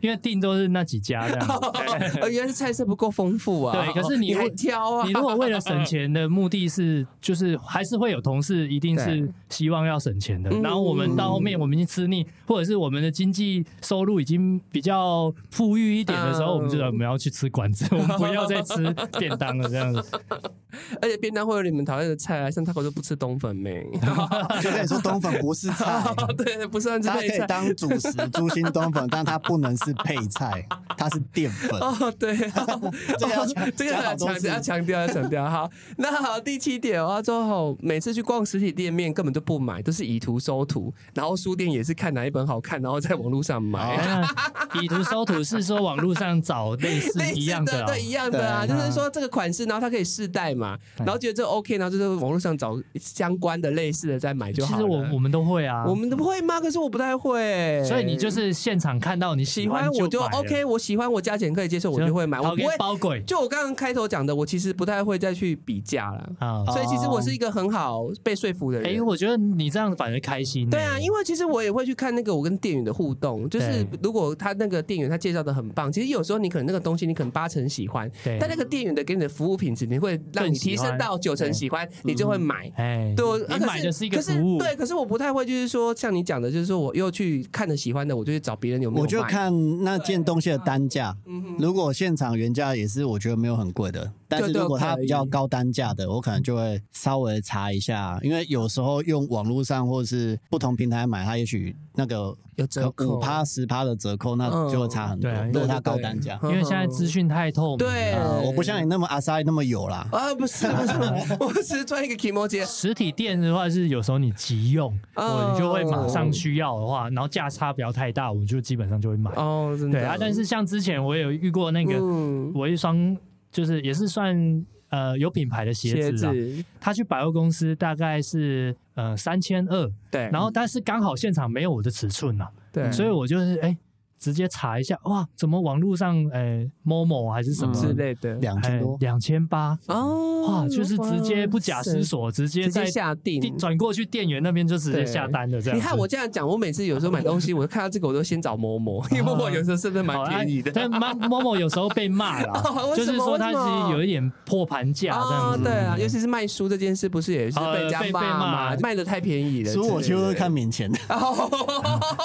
[SPEAKER 3] 因为订都是那几 家这样子。
[SPEAKER 2] 呃，原来是菜色不够丰富啊。
[SPEAKER 3] 对可是你
[SPEAKER 2] 你还挑 啊
[SPEAKER 3] 你，如果为了省钱的目的是，就是还是会有同事一定是希望要省钱的
[SPEAKER 2] 对。
[SPEAKER 3] 然后我们到后面我们已经吃腻，或者是我们的经济收入已经比较富裕一点的时
[SPEAKER 2] 嗯
[SPEAKER 3] 候，我们就说我们要去吃馆子，我们不要再吃便当了 这样子。
[SPEAKER 2] 而且便当会有你们讨厌的菜啊，像他口就不吃冬粉 妹，
[SPEAKER 1] 就跟你说，冬粉不是菜，
[SPEAKER 2] 对，不算是
[SPEAKER 1] 它可
[SPEAKER 2] 配
[SPEAKER 1] 以
[SPEAKER 2] 菜。
[SPEAKER 1] 当主食，猪心冬粉，但它不能是配菜，它是淀粉。
[SPEAKER 2] 哦， 对，
[SPEAKER 1] 哦这个要强
[SPEAKER 2] 这个要
[SPEAKER 1] 讲好
[SPEAKER 2] 强
[SPEAKER 1] 多次
[SPEAKER 2] 调，要强调，要强调。好，那好，第七点哦，他说好，每次去逛实体店面根本就不买，都是以图搜图，然后书店也是看哪一本好看，然后在网络上
[SPEAKER 3] 哦
[SPEAKER 2] 买。
[SPEAKER 3] 以图搜图是说网络上找类 似
[SPEAKER 2] 类似
[SPEAKER 3] 一样的
[SPEAKER 2] 的，
[SPEAKER 3] 啊，
[SPEAKER 2] 对，一样的啊，就是说这个款式，然后它可以试戴嘛，然后觉得这 OK，然后就是网络上找相关的类似的再买就
[SPEAKER 3] 其
[SPEAKER 2] 好
[SPEAKER 3] 实
[SPEAKER 2] 了。
[SPEAKER 3] 我我们都会啊
[SPEAKER 2] 我，们都不会吗？可是我不太会，
[SPEAKER 3] 所以你就是现场看到你
[SPEAKER 2] 喜
[SPEAKER 3] 喜
[SPEAKER 2] 欢
[SPEAKER 3] 欢
[SPEAKER 2] 我就
[SPEAKER 3] 买了
[SPEAKER 2] OK，我喜欢我价钱可以接受，我就会买，我
[SPEAKER 3] 掏
[SPEAKER 2] 不
[SPEAKER 3] 给
[SPEAKER 2] 会。
[SPEAKER 3] 包鬼
[SPEAKER 2] 就我刚刚开头讲的，我其实不太会再去比价啦。
[SPEAKER 3] 啊。
[SPEAKER 2] 所以其实我是一个很好被说服的
[SPEAKER 3] 哎、
[SPEAKER 2] 人。
[SPEAKER 3] 我觉得你这样子反而开心、
[SPEAKER 2] 对啊，因为其实我也会去看那个我跟店员的互动，就是
[SPEAKER 3] 对
[SPEAKER 2] 如果他那个店员他介绍的很棒，其实有时候你可能那个东西你可能八成喜欢，
[SPEAKER 3] 对
[SPEAKER 2] 但那个店员的给你的服务品质，你会让你
[SPEAKER 3] 更喜
[SPEAKER 2] 提升
[SPEAKER 3] 欢
[SPEAKER 2] 到九成喜欢，你就会买。
[SPEAKER 3] 哎，
[SPEAKER 2] 对，我啊
[SPEAKER 3] 你
[SPEAKER 2] 可
[SPEAKER 3] 买的是一个
[SPEAKER 2] 可
[SPEAKER 3] 服务，
[SPEAKER 2] 对，可是我不太会，就是说像你讲的，就是说我又去看了喜欢的，我就去找别人有没有
[SPEAKER 1] 我就
[SPEAKER 2] 卖嗯
[SPEAKER 1] 看那件东西的单价，如果现场原价也是我觉得没有很贵的，但是
[SPEAKER 2] 对
[SPEAKER 1] 如果它
[SPEAKER 2] 可以
[SPEAKER 1] 比较高单价的，我可能就会稍微查一下，因为有时候用网络上或是不同平台买，它也许那个
[SPEAKER 2] 有折扣
[SPEAKER 1] 五趴十趴的折扣，那就会差很多。
[SPEAKER 3] 嗯
[SPEAKER 1] 如果它
[SPEAKER 2] 对对啊
[SPEAKER 1] 高
[SPEAKER 2] 对
[SPEAKER 1] 单价，
[SPEAKER 3] 因为现在资讯太透明，
[SPEAKER 2] 对
[SPEAKER 1] 呃，我不像你那么阿塞那么有啦。
[SPEAKER 2] 啊，不是不是，我只是赚一个 k i m o j
[SPEAKER 3] 实体店的话是有时候你急用，
[SPEAKER 2] 哦
[SPEAKER 3] 我你就会马上需要的话，然后价差不要太大，我就基本上就会买。
[SPEAKER 2] 哦，真的
[SPEAKER 3] 对啊，但是像之前我有遇过那个，
[SPEAKER 2] 嗯，
[SPEAKER 3] 我一双就是也是算呃有品牌的鞋
[SPEAKER 2] 鞋
[SPEAKER 3] 子啊，
[SPEAKER 2] 子
[SPEAKER 3] 他去百货公司大概是呃三千二，
[SPEAKER 2] 对，
[SPEAKER 3] 然后但是刚好现场没有我的尺寸呐、
[SPEAKER 2] 对，
[SPEAKER 3] 所以我就是哎、直接查一下，哇，怎么网络上哎某某还是什么
[SPEAKER 1] 嗯
[SPEAKER 3] 哎
[SPEAKER 2] 之类的
[SPEAKER 1] 两千多，
[SPEAKER 3] 两千八，
[SPEAKER 2] 哦，
[SPEAKER 3] 哇，就是直接不假思索，直接
[SPEAKER 2] 直
[SPEAKER 3] 在
[SPEAKER 2] 接下定
[SPEAKER 3] 地。转过去店员那边就直接
[SPEAKER 2] 对
[SPEAKER 3] 下单的这样
[SPEAKER 2] 你
[SPEAKER 3] 子。
[SPEAKER 2] 看我这样讲，我每次有时候买东西，我看到这个我都先找某某， 因为某某有时候是不是蛮
[SPEAKER 3] 哦好哎
[SPEAKER 2] 便宜的？
[SPEAKER 3] 啊但妈某某有时候被骂
[SPEAKER 2] 哦
[SPEAKER 3] 啦，
[SPEAKER 2] 为
[SPEAKER 3] 就
[SPEAKER 2] 什么
[SPEAKER 3] 是说他
[SPEAKER 2] 为
[SPEAKER 3] 其
[SPEAKER 2] 什么
[SPEAKER 3] 实有一点破盘价这样
[SPEAKER 2] 哦，
[SPEAKER 3] 子。
[SPEAKER 2] 对啊，尤其是卖书这件事，不是也是
[SPEAKER 3] 嗯哦
[SPEAKER 2] 被人家
[SPEAKER 3] 被被
[SPEAKER 2] 骂
[SPEAKER 3] 骂
[SPEAKER 2] 嘛？卖的太便宜了之
[SPEAKER 1] 所
[SPEAKER 2] 类
[SPEAKER 1] 以
[SPEAKER 2] 的，
[SPEAKER 1] 我就会看免钱的。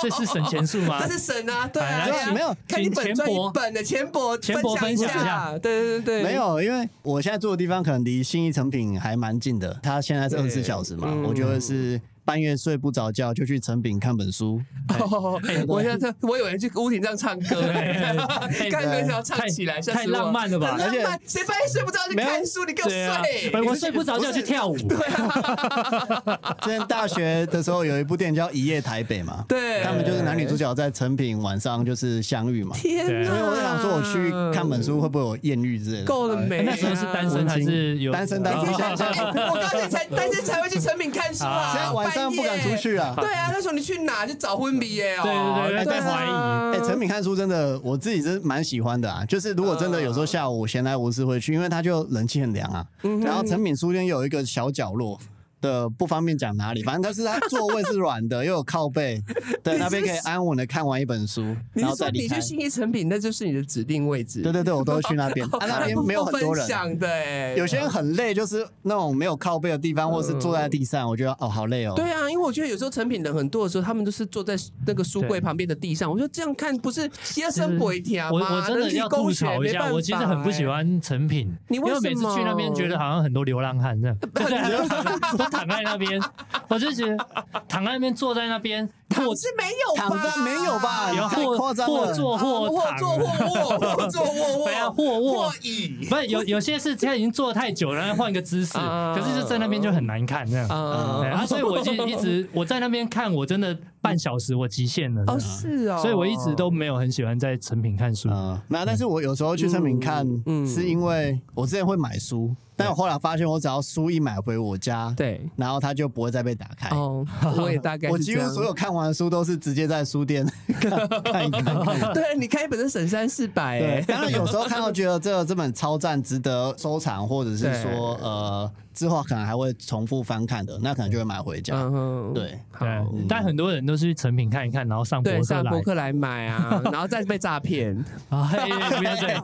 [SPEAKER 3] 这是省钱术吗
[SPEAKER 2] 这？是神啊，对啊，
[SPEAKER 3] 哎
[SPEAKER 2] 对
[SPEAKER 1] 来
[SPEAKER 2] 啊
[SPEAKER 1] 没有
[SPEAKER 2] 看你
[SPEAKER 3] 请
[SPEAKER 2] 本
[SPEAKER 3] 钱
[SPEAKER 2] 赚一
[SPEAKER 3] 伯
[SPEAKER 2] 本的钱伯
[SPEAKER 3] 钱伯
[SPEAKER 2] 分
[SPEAKER 3] 分享一
[SPEAKER 2] 下，
[SPEAKER 3] 下
[SPEAKER 2] 对对对，对
[SPEAKER 1] 没有，因为我现在住的地方可能离信义成品还蛮近的，它现在是二十四小时嘛
[SPEAKER 2] 嗯，
[SPEAKER 1] 我就会是半夜睡不着觉就去成品看本书，
[SPEAKER 2] 哦
[SPEAKER 1] 哎
[SPEAKER 2] 我 现在我以为去屋顶上唱歌，哎
[SPEAKER 3] 对
[SPEAKER 2] 刚没想到唱
[SPEAKER 3] 太
[SPEAKER 2] 起来，吓
[SPEAKER 3] 太
[SPEAKER 2] 死我
[SPEAKER 3] 浪漫了吧
[SPEAKER 2] 很？浪
[SPEAKER 1] 而
[SPEAKER 2] 漫，谁半夜睡不着去
[SPEAKER 1] 没有
[SPEAKER 2] 看书？你给我
[SPEAKER 3] 对啊
[SPEAKER 2] 睡，，
[SPEAKER 3] 哎我睡不着觉去跳舞。
[SPEAKER 1] 之前大学的时候有一部电影叫《一夜台北》嘛，
[SPEAKER 2] 对
[SPEAKER 1] 他们就是男女主角在成品晚上就是相遇嘛，啊所
[SPEAKER 2] 天哪！
[SPEAKER 1] 以我就想说我去看哎本书会不会有艳遇之类的。
[SPEAKER 2] 够了没啊？
[SPEAKER 3] 哎那时候是单身还是有
[SPEAKER 1] 单身哦单
[SPEAKER 2] 你
[SPEAKER 1] 身
[SPEAKER 2] 才，哎我告诉你，才单身才会去成品看书啊！
[SPEAKER 1] 现在晚上不敢出去啊
[SPEAKER 2] 半夜对啊，那时候你去哪？去找婚礼耶？哦
[SPEAKER 3] 对对对
[SPEAKER 2] 啊
[SPEAKER 3] 在怀疑
[SPEAKER 1] 哎、成品看书真的，我自己是蛮喜欢的啊。就是如果真的有时候下午闲来无事会去，因为它就冷气很凉啊。
[SPEAKER 2] 嗯
[SPEAKER 1] 然后成品书店有一个小角落的，不方便讲哪 里，反正它是它座位是软的，又有靠背，对，那边可以安稳的看完一本书，
[SPEAKER 2] 你
[SPEAKER 1] 然
[SPEAKER 2] 是
[SPEAKER 1] 后再
[SPEAKER 2] 说
[SPEAKER 1] 离
[SPEAKER 2] 你
[SPEAKER 1] 开
[SPEAKER 2] 去。信义成品，那就是你的指定位置？
[SPEAKER 1] 对对对，我都会去那 边，啊、那边没有很多
[SPEAKER 2] 分
[SPEAKER 1] 人。
[SPEAKER 2] 享的哎，
[SPEAKER 1] 有些人很累，就是那种没有靠背的地方，或是坐在地上，我觉得哦好累哦。
[SPEAKER 2] 嗯对啊，因为我觉得有时候成品人很多的时候，他们都是坐在那个书柜
[SPEAKER 3] 对
[SPEAKER 2] 旁边的地上。我说这样看不是要生鬼条
[SPEAKER 3] 我
[SPEAKER 2] 吗？
[SPEAKER 3] 我真的
[SPEAKER 2] 人体
[SPEAKER 3] 要
[SPEAKER 2] 工
[SPEAKER 3] 吐
[SPEAKER 2] 学
[SPEAKER 3] 槽一
[SPEAKER 2] 没办
[SPEAKER 3] 下，
[SPEAKER 2] 法
[SPEAKER 3] 我其实很不喜欢成品，
[SPEAKER 2] 你
[SPEAKER 3] 因
[SPEAKER 2] 为
[SPEAKER 3] 为
[SPEAKER 2] 什么
[SPEAKER 3] 每次去那边觉得好像很多流浪 汉这样，就在那边躺 都躺在那边，我就觉得躺在那边坐在那边，
[SPEAKER 2] 哎，
[SPEAKER 3] 或
[SPEAKER 2] 我是没有
[SPEAKER 1] 躺
[SPEAKER 2] 吧？
[SPEAKER 1] 着没有吧
[SPEAKER 3] 有
[SPEAKER 1] 太
[SPEAKER 3] 或
[SPEAKER 1] 夸张了
[SPEAKER 3] 或坐
[SPEAKER 2] 啊？
[SPEAKER 3] 或
[SPEAKER 2] 或
[SPEAKER 3] 躺，
[SPEAKER 2] 坐或卧，或坐或
[SPEAKER 3] 对啊
[SPEAKER 2] 卧，
[SPEAKER 3] 或卧
[SPEAKER 2] 或椅
[SPEAKER 3] 不是有有些是他已经坐太久了，然后换个姿势，
[SPEAKER 2] 啊
[SPEAKER 3] 可是就在那边就很难看这样。
[SPEAKER 2] 啊
[SPEAKER 3] 对啊，所以我就一直我在那边看，我真的半小时我极限了，
[SPEAKER 2] 哦是哦，
[SPEAKER 3] 所以我一直都没有很喜欢在成品看书。
[SPEAKER 1] 嗯，没有，但是我有时候去成品看，
[SPEAKER 2] 嗯嗯
[SPEAKER 1] 是因为我之前会买书，但我后来发现，我只要书一买回我家，，
[SPEAKER 2] 对
[SPEAKER 1] 然后它就不会再被打开。
[SPEAKER 2] 哦，我也大概
[SPEAKER 1] 我
[SPEAKER 2] 是
[SPEAKER 1] 几
[SPEAKER 2] 这
[SPEAKER 1] 乎
[SPEAKER 2] 样
[SPEAKER 1] 所有看完的书都是直接在书店 看看一看看一看。
[SPEAKER 2] 对你看一本是省三四百
[SPEAKER 1] 对
[SPEAKER 2] 哎，，
[SPEAKER 1] 当然有时候看到觉得这这本超赞，值得收藏，或者是说呃之后可能还会重复翻看的，那可能就会买回家。
[SPEAKER 2] 嗯哼，
[SPEAKER 1] 对，
[SPEAKER 2] 好。
[SPEAKER 3] 对，但很多人都是去成品看一看，然后上博
[SPEAKER 2] 对，
[SPEAKER 3] 客
[SPEAKER 2] 上
[SPEAKER 3] 来
[SPEAKER 2] 博客来买啊，然后再被诈骗。
[SPEAKER 3] 啊，嘿不要这样。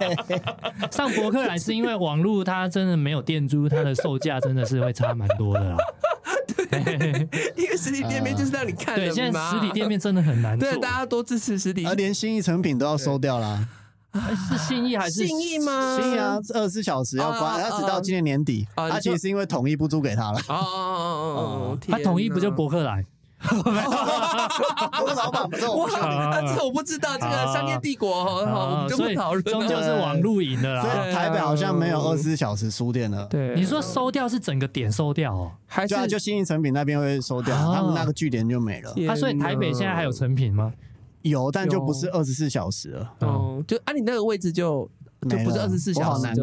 [SPEAKER 3] 上博客来是因为网络它真的没有店租，它的售价真的是会差蛮 多的啦。
[SPEAKER 2] 因为实体店面就是让你看的
[SPEAKER 3] 对，
[SPEAKER 2] 嘛。
[SPEAKER 3] 现在实体店面真的很难做。
[SPEAKER 2] 哎对大家多支持实体
[SPEAKER 1] 而。连新一成品都要收掉啦。
[SPEAKER 3] 是信义还是
[SPEAKER 2] 信义？吗？
[SPEAKER 1] 新阳二十四小时要
[SPEAKER 2] 啊
[SPEAKER 1] 关，
[SPEAKER 2] 啊
[SPEAKER 1] 它直到今年年底。
[SPEAKER 2] 啊你
[SPEAKER 1] 它其
[SPEAKER 2] 说
[SPEAKER 1] 实是因为统一不租给 他了，
[SPEAKER 2] 哦哦哦哦哦！
[SPEAKER 3] 它统一不就博客来？
[SPEAKER 1] 我老板不是
[SPEAKER 2] 哇
[SPEAKER 1] 我，
[SPEAKER 2] 啊，这个我不知道，这个商业帝国哦，我们
[SPEAKER 3] 啊，
[SPEAKER 2] 就
[SPEAKER 3] 所
[SPEAKER 2] 不
[SPEAKER 3] 以
[SPEAKER 2] 讨论。
[SPEAKER 3] 终究是网路赢的
[SPEAKER 1] 所
[SPEAKER 3] 啦。
[SPEAKER 1] 以台北好像没有二十四小时书店了。，
[SPEAKER 2] 对
[SPEAKER 3] 你说收掉是整个点收掉哦？
[SPEAKER 2] 还
[SPEAKER 1] 就啊，
[SPEAKER 2] 是
[SPEAKER 1] 就新义成品那边会收掉，
[SPEAKER 3] 啊
[SPEAKER 1] 他们那个据点就没了。
[SPEAKER 3] 啊，所以台北现在还有成品吗？
[SPEAKER 1] 有，但就不是二十四小时了。
[SPEAKER 2] 哦，就按你那个位置就就不是二十四小时，
[SPEAKER 1] 啊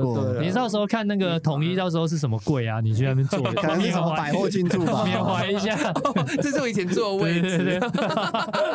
[SPEAKER 3] 你到时候看那个统
[SPEAKER 2] 嗯
[SPEAKER 3] 一，到时候是什么柜啊？你去那边坐，
[SPEAKER 1] 可能是什么百货进驻吧。
[SPEAKER 3] 缅怀一下。
[SPEAKER 2] 哦这 是我以前坐的位
[SPEAKER 3] 对对对
[SPEAKER 2] 置。。 啊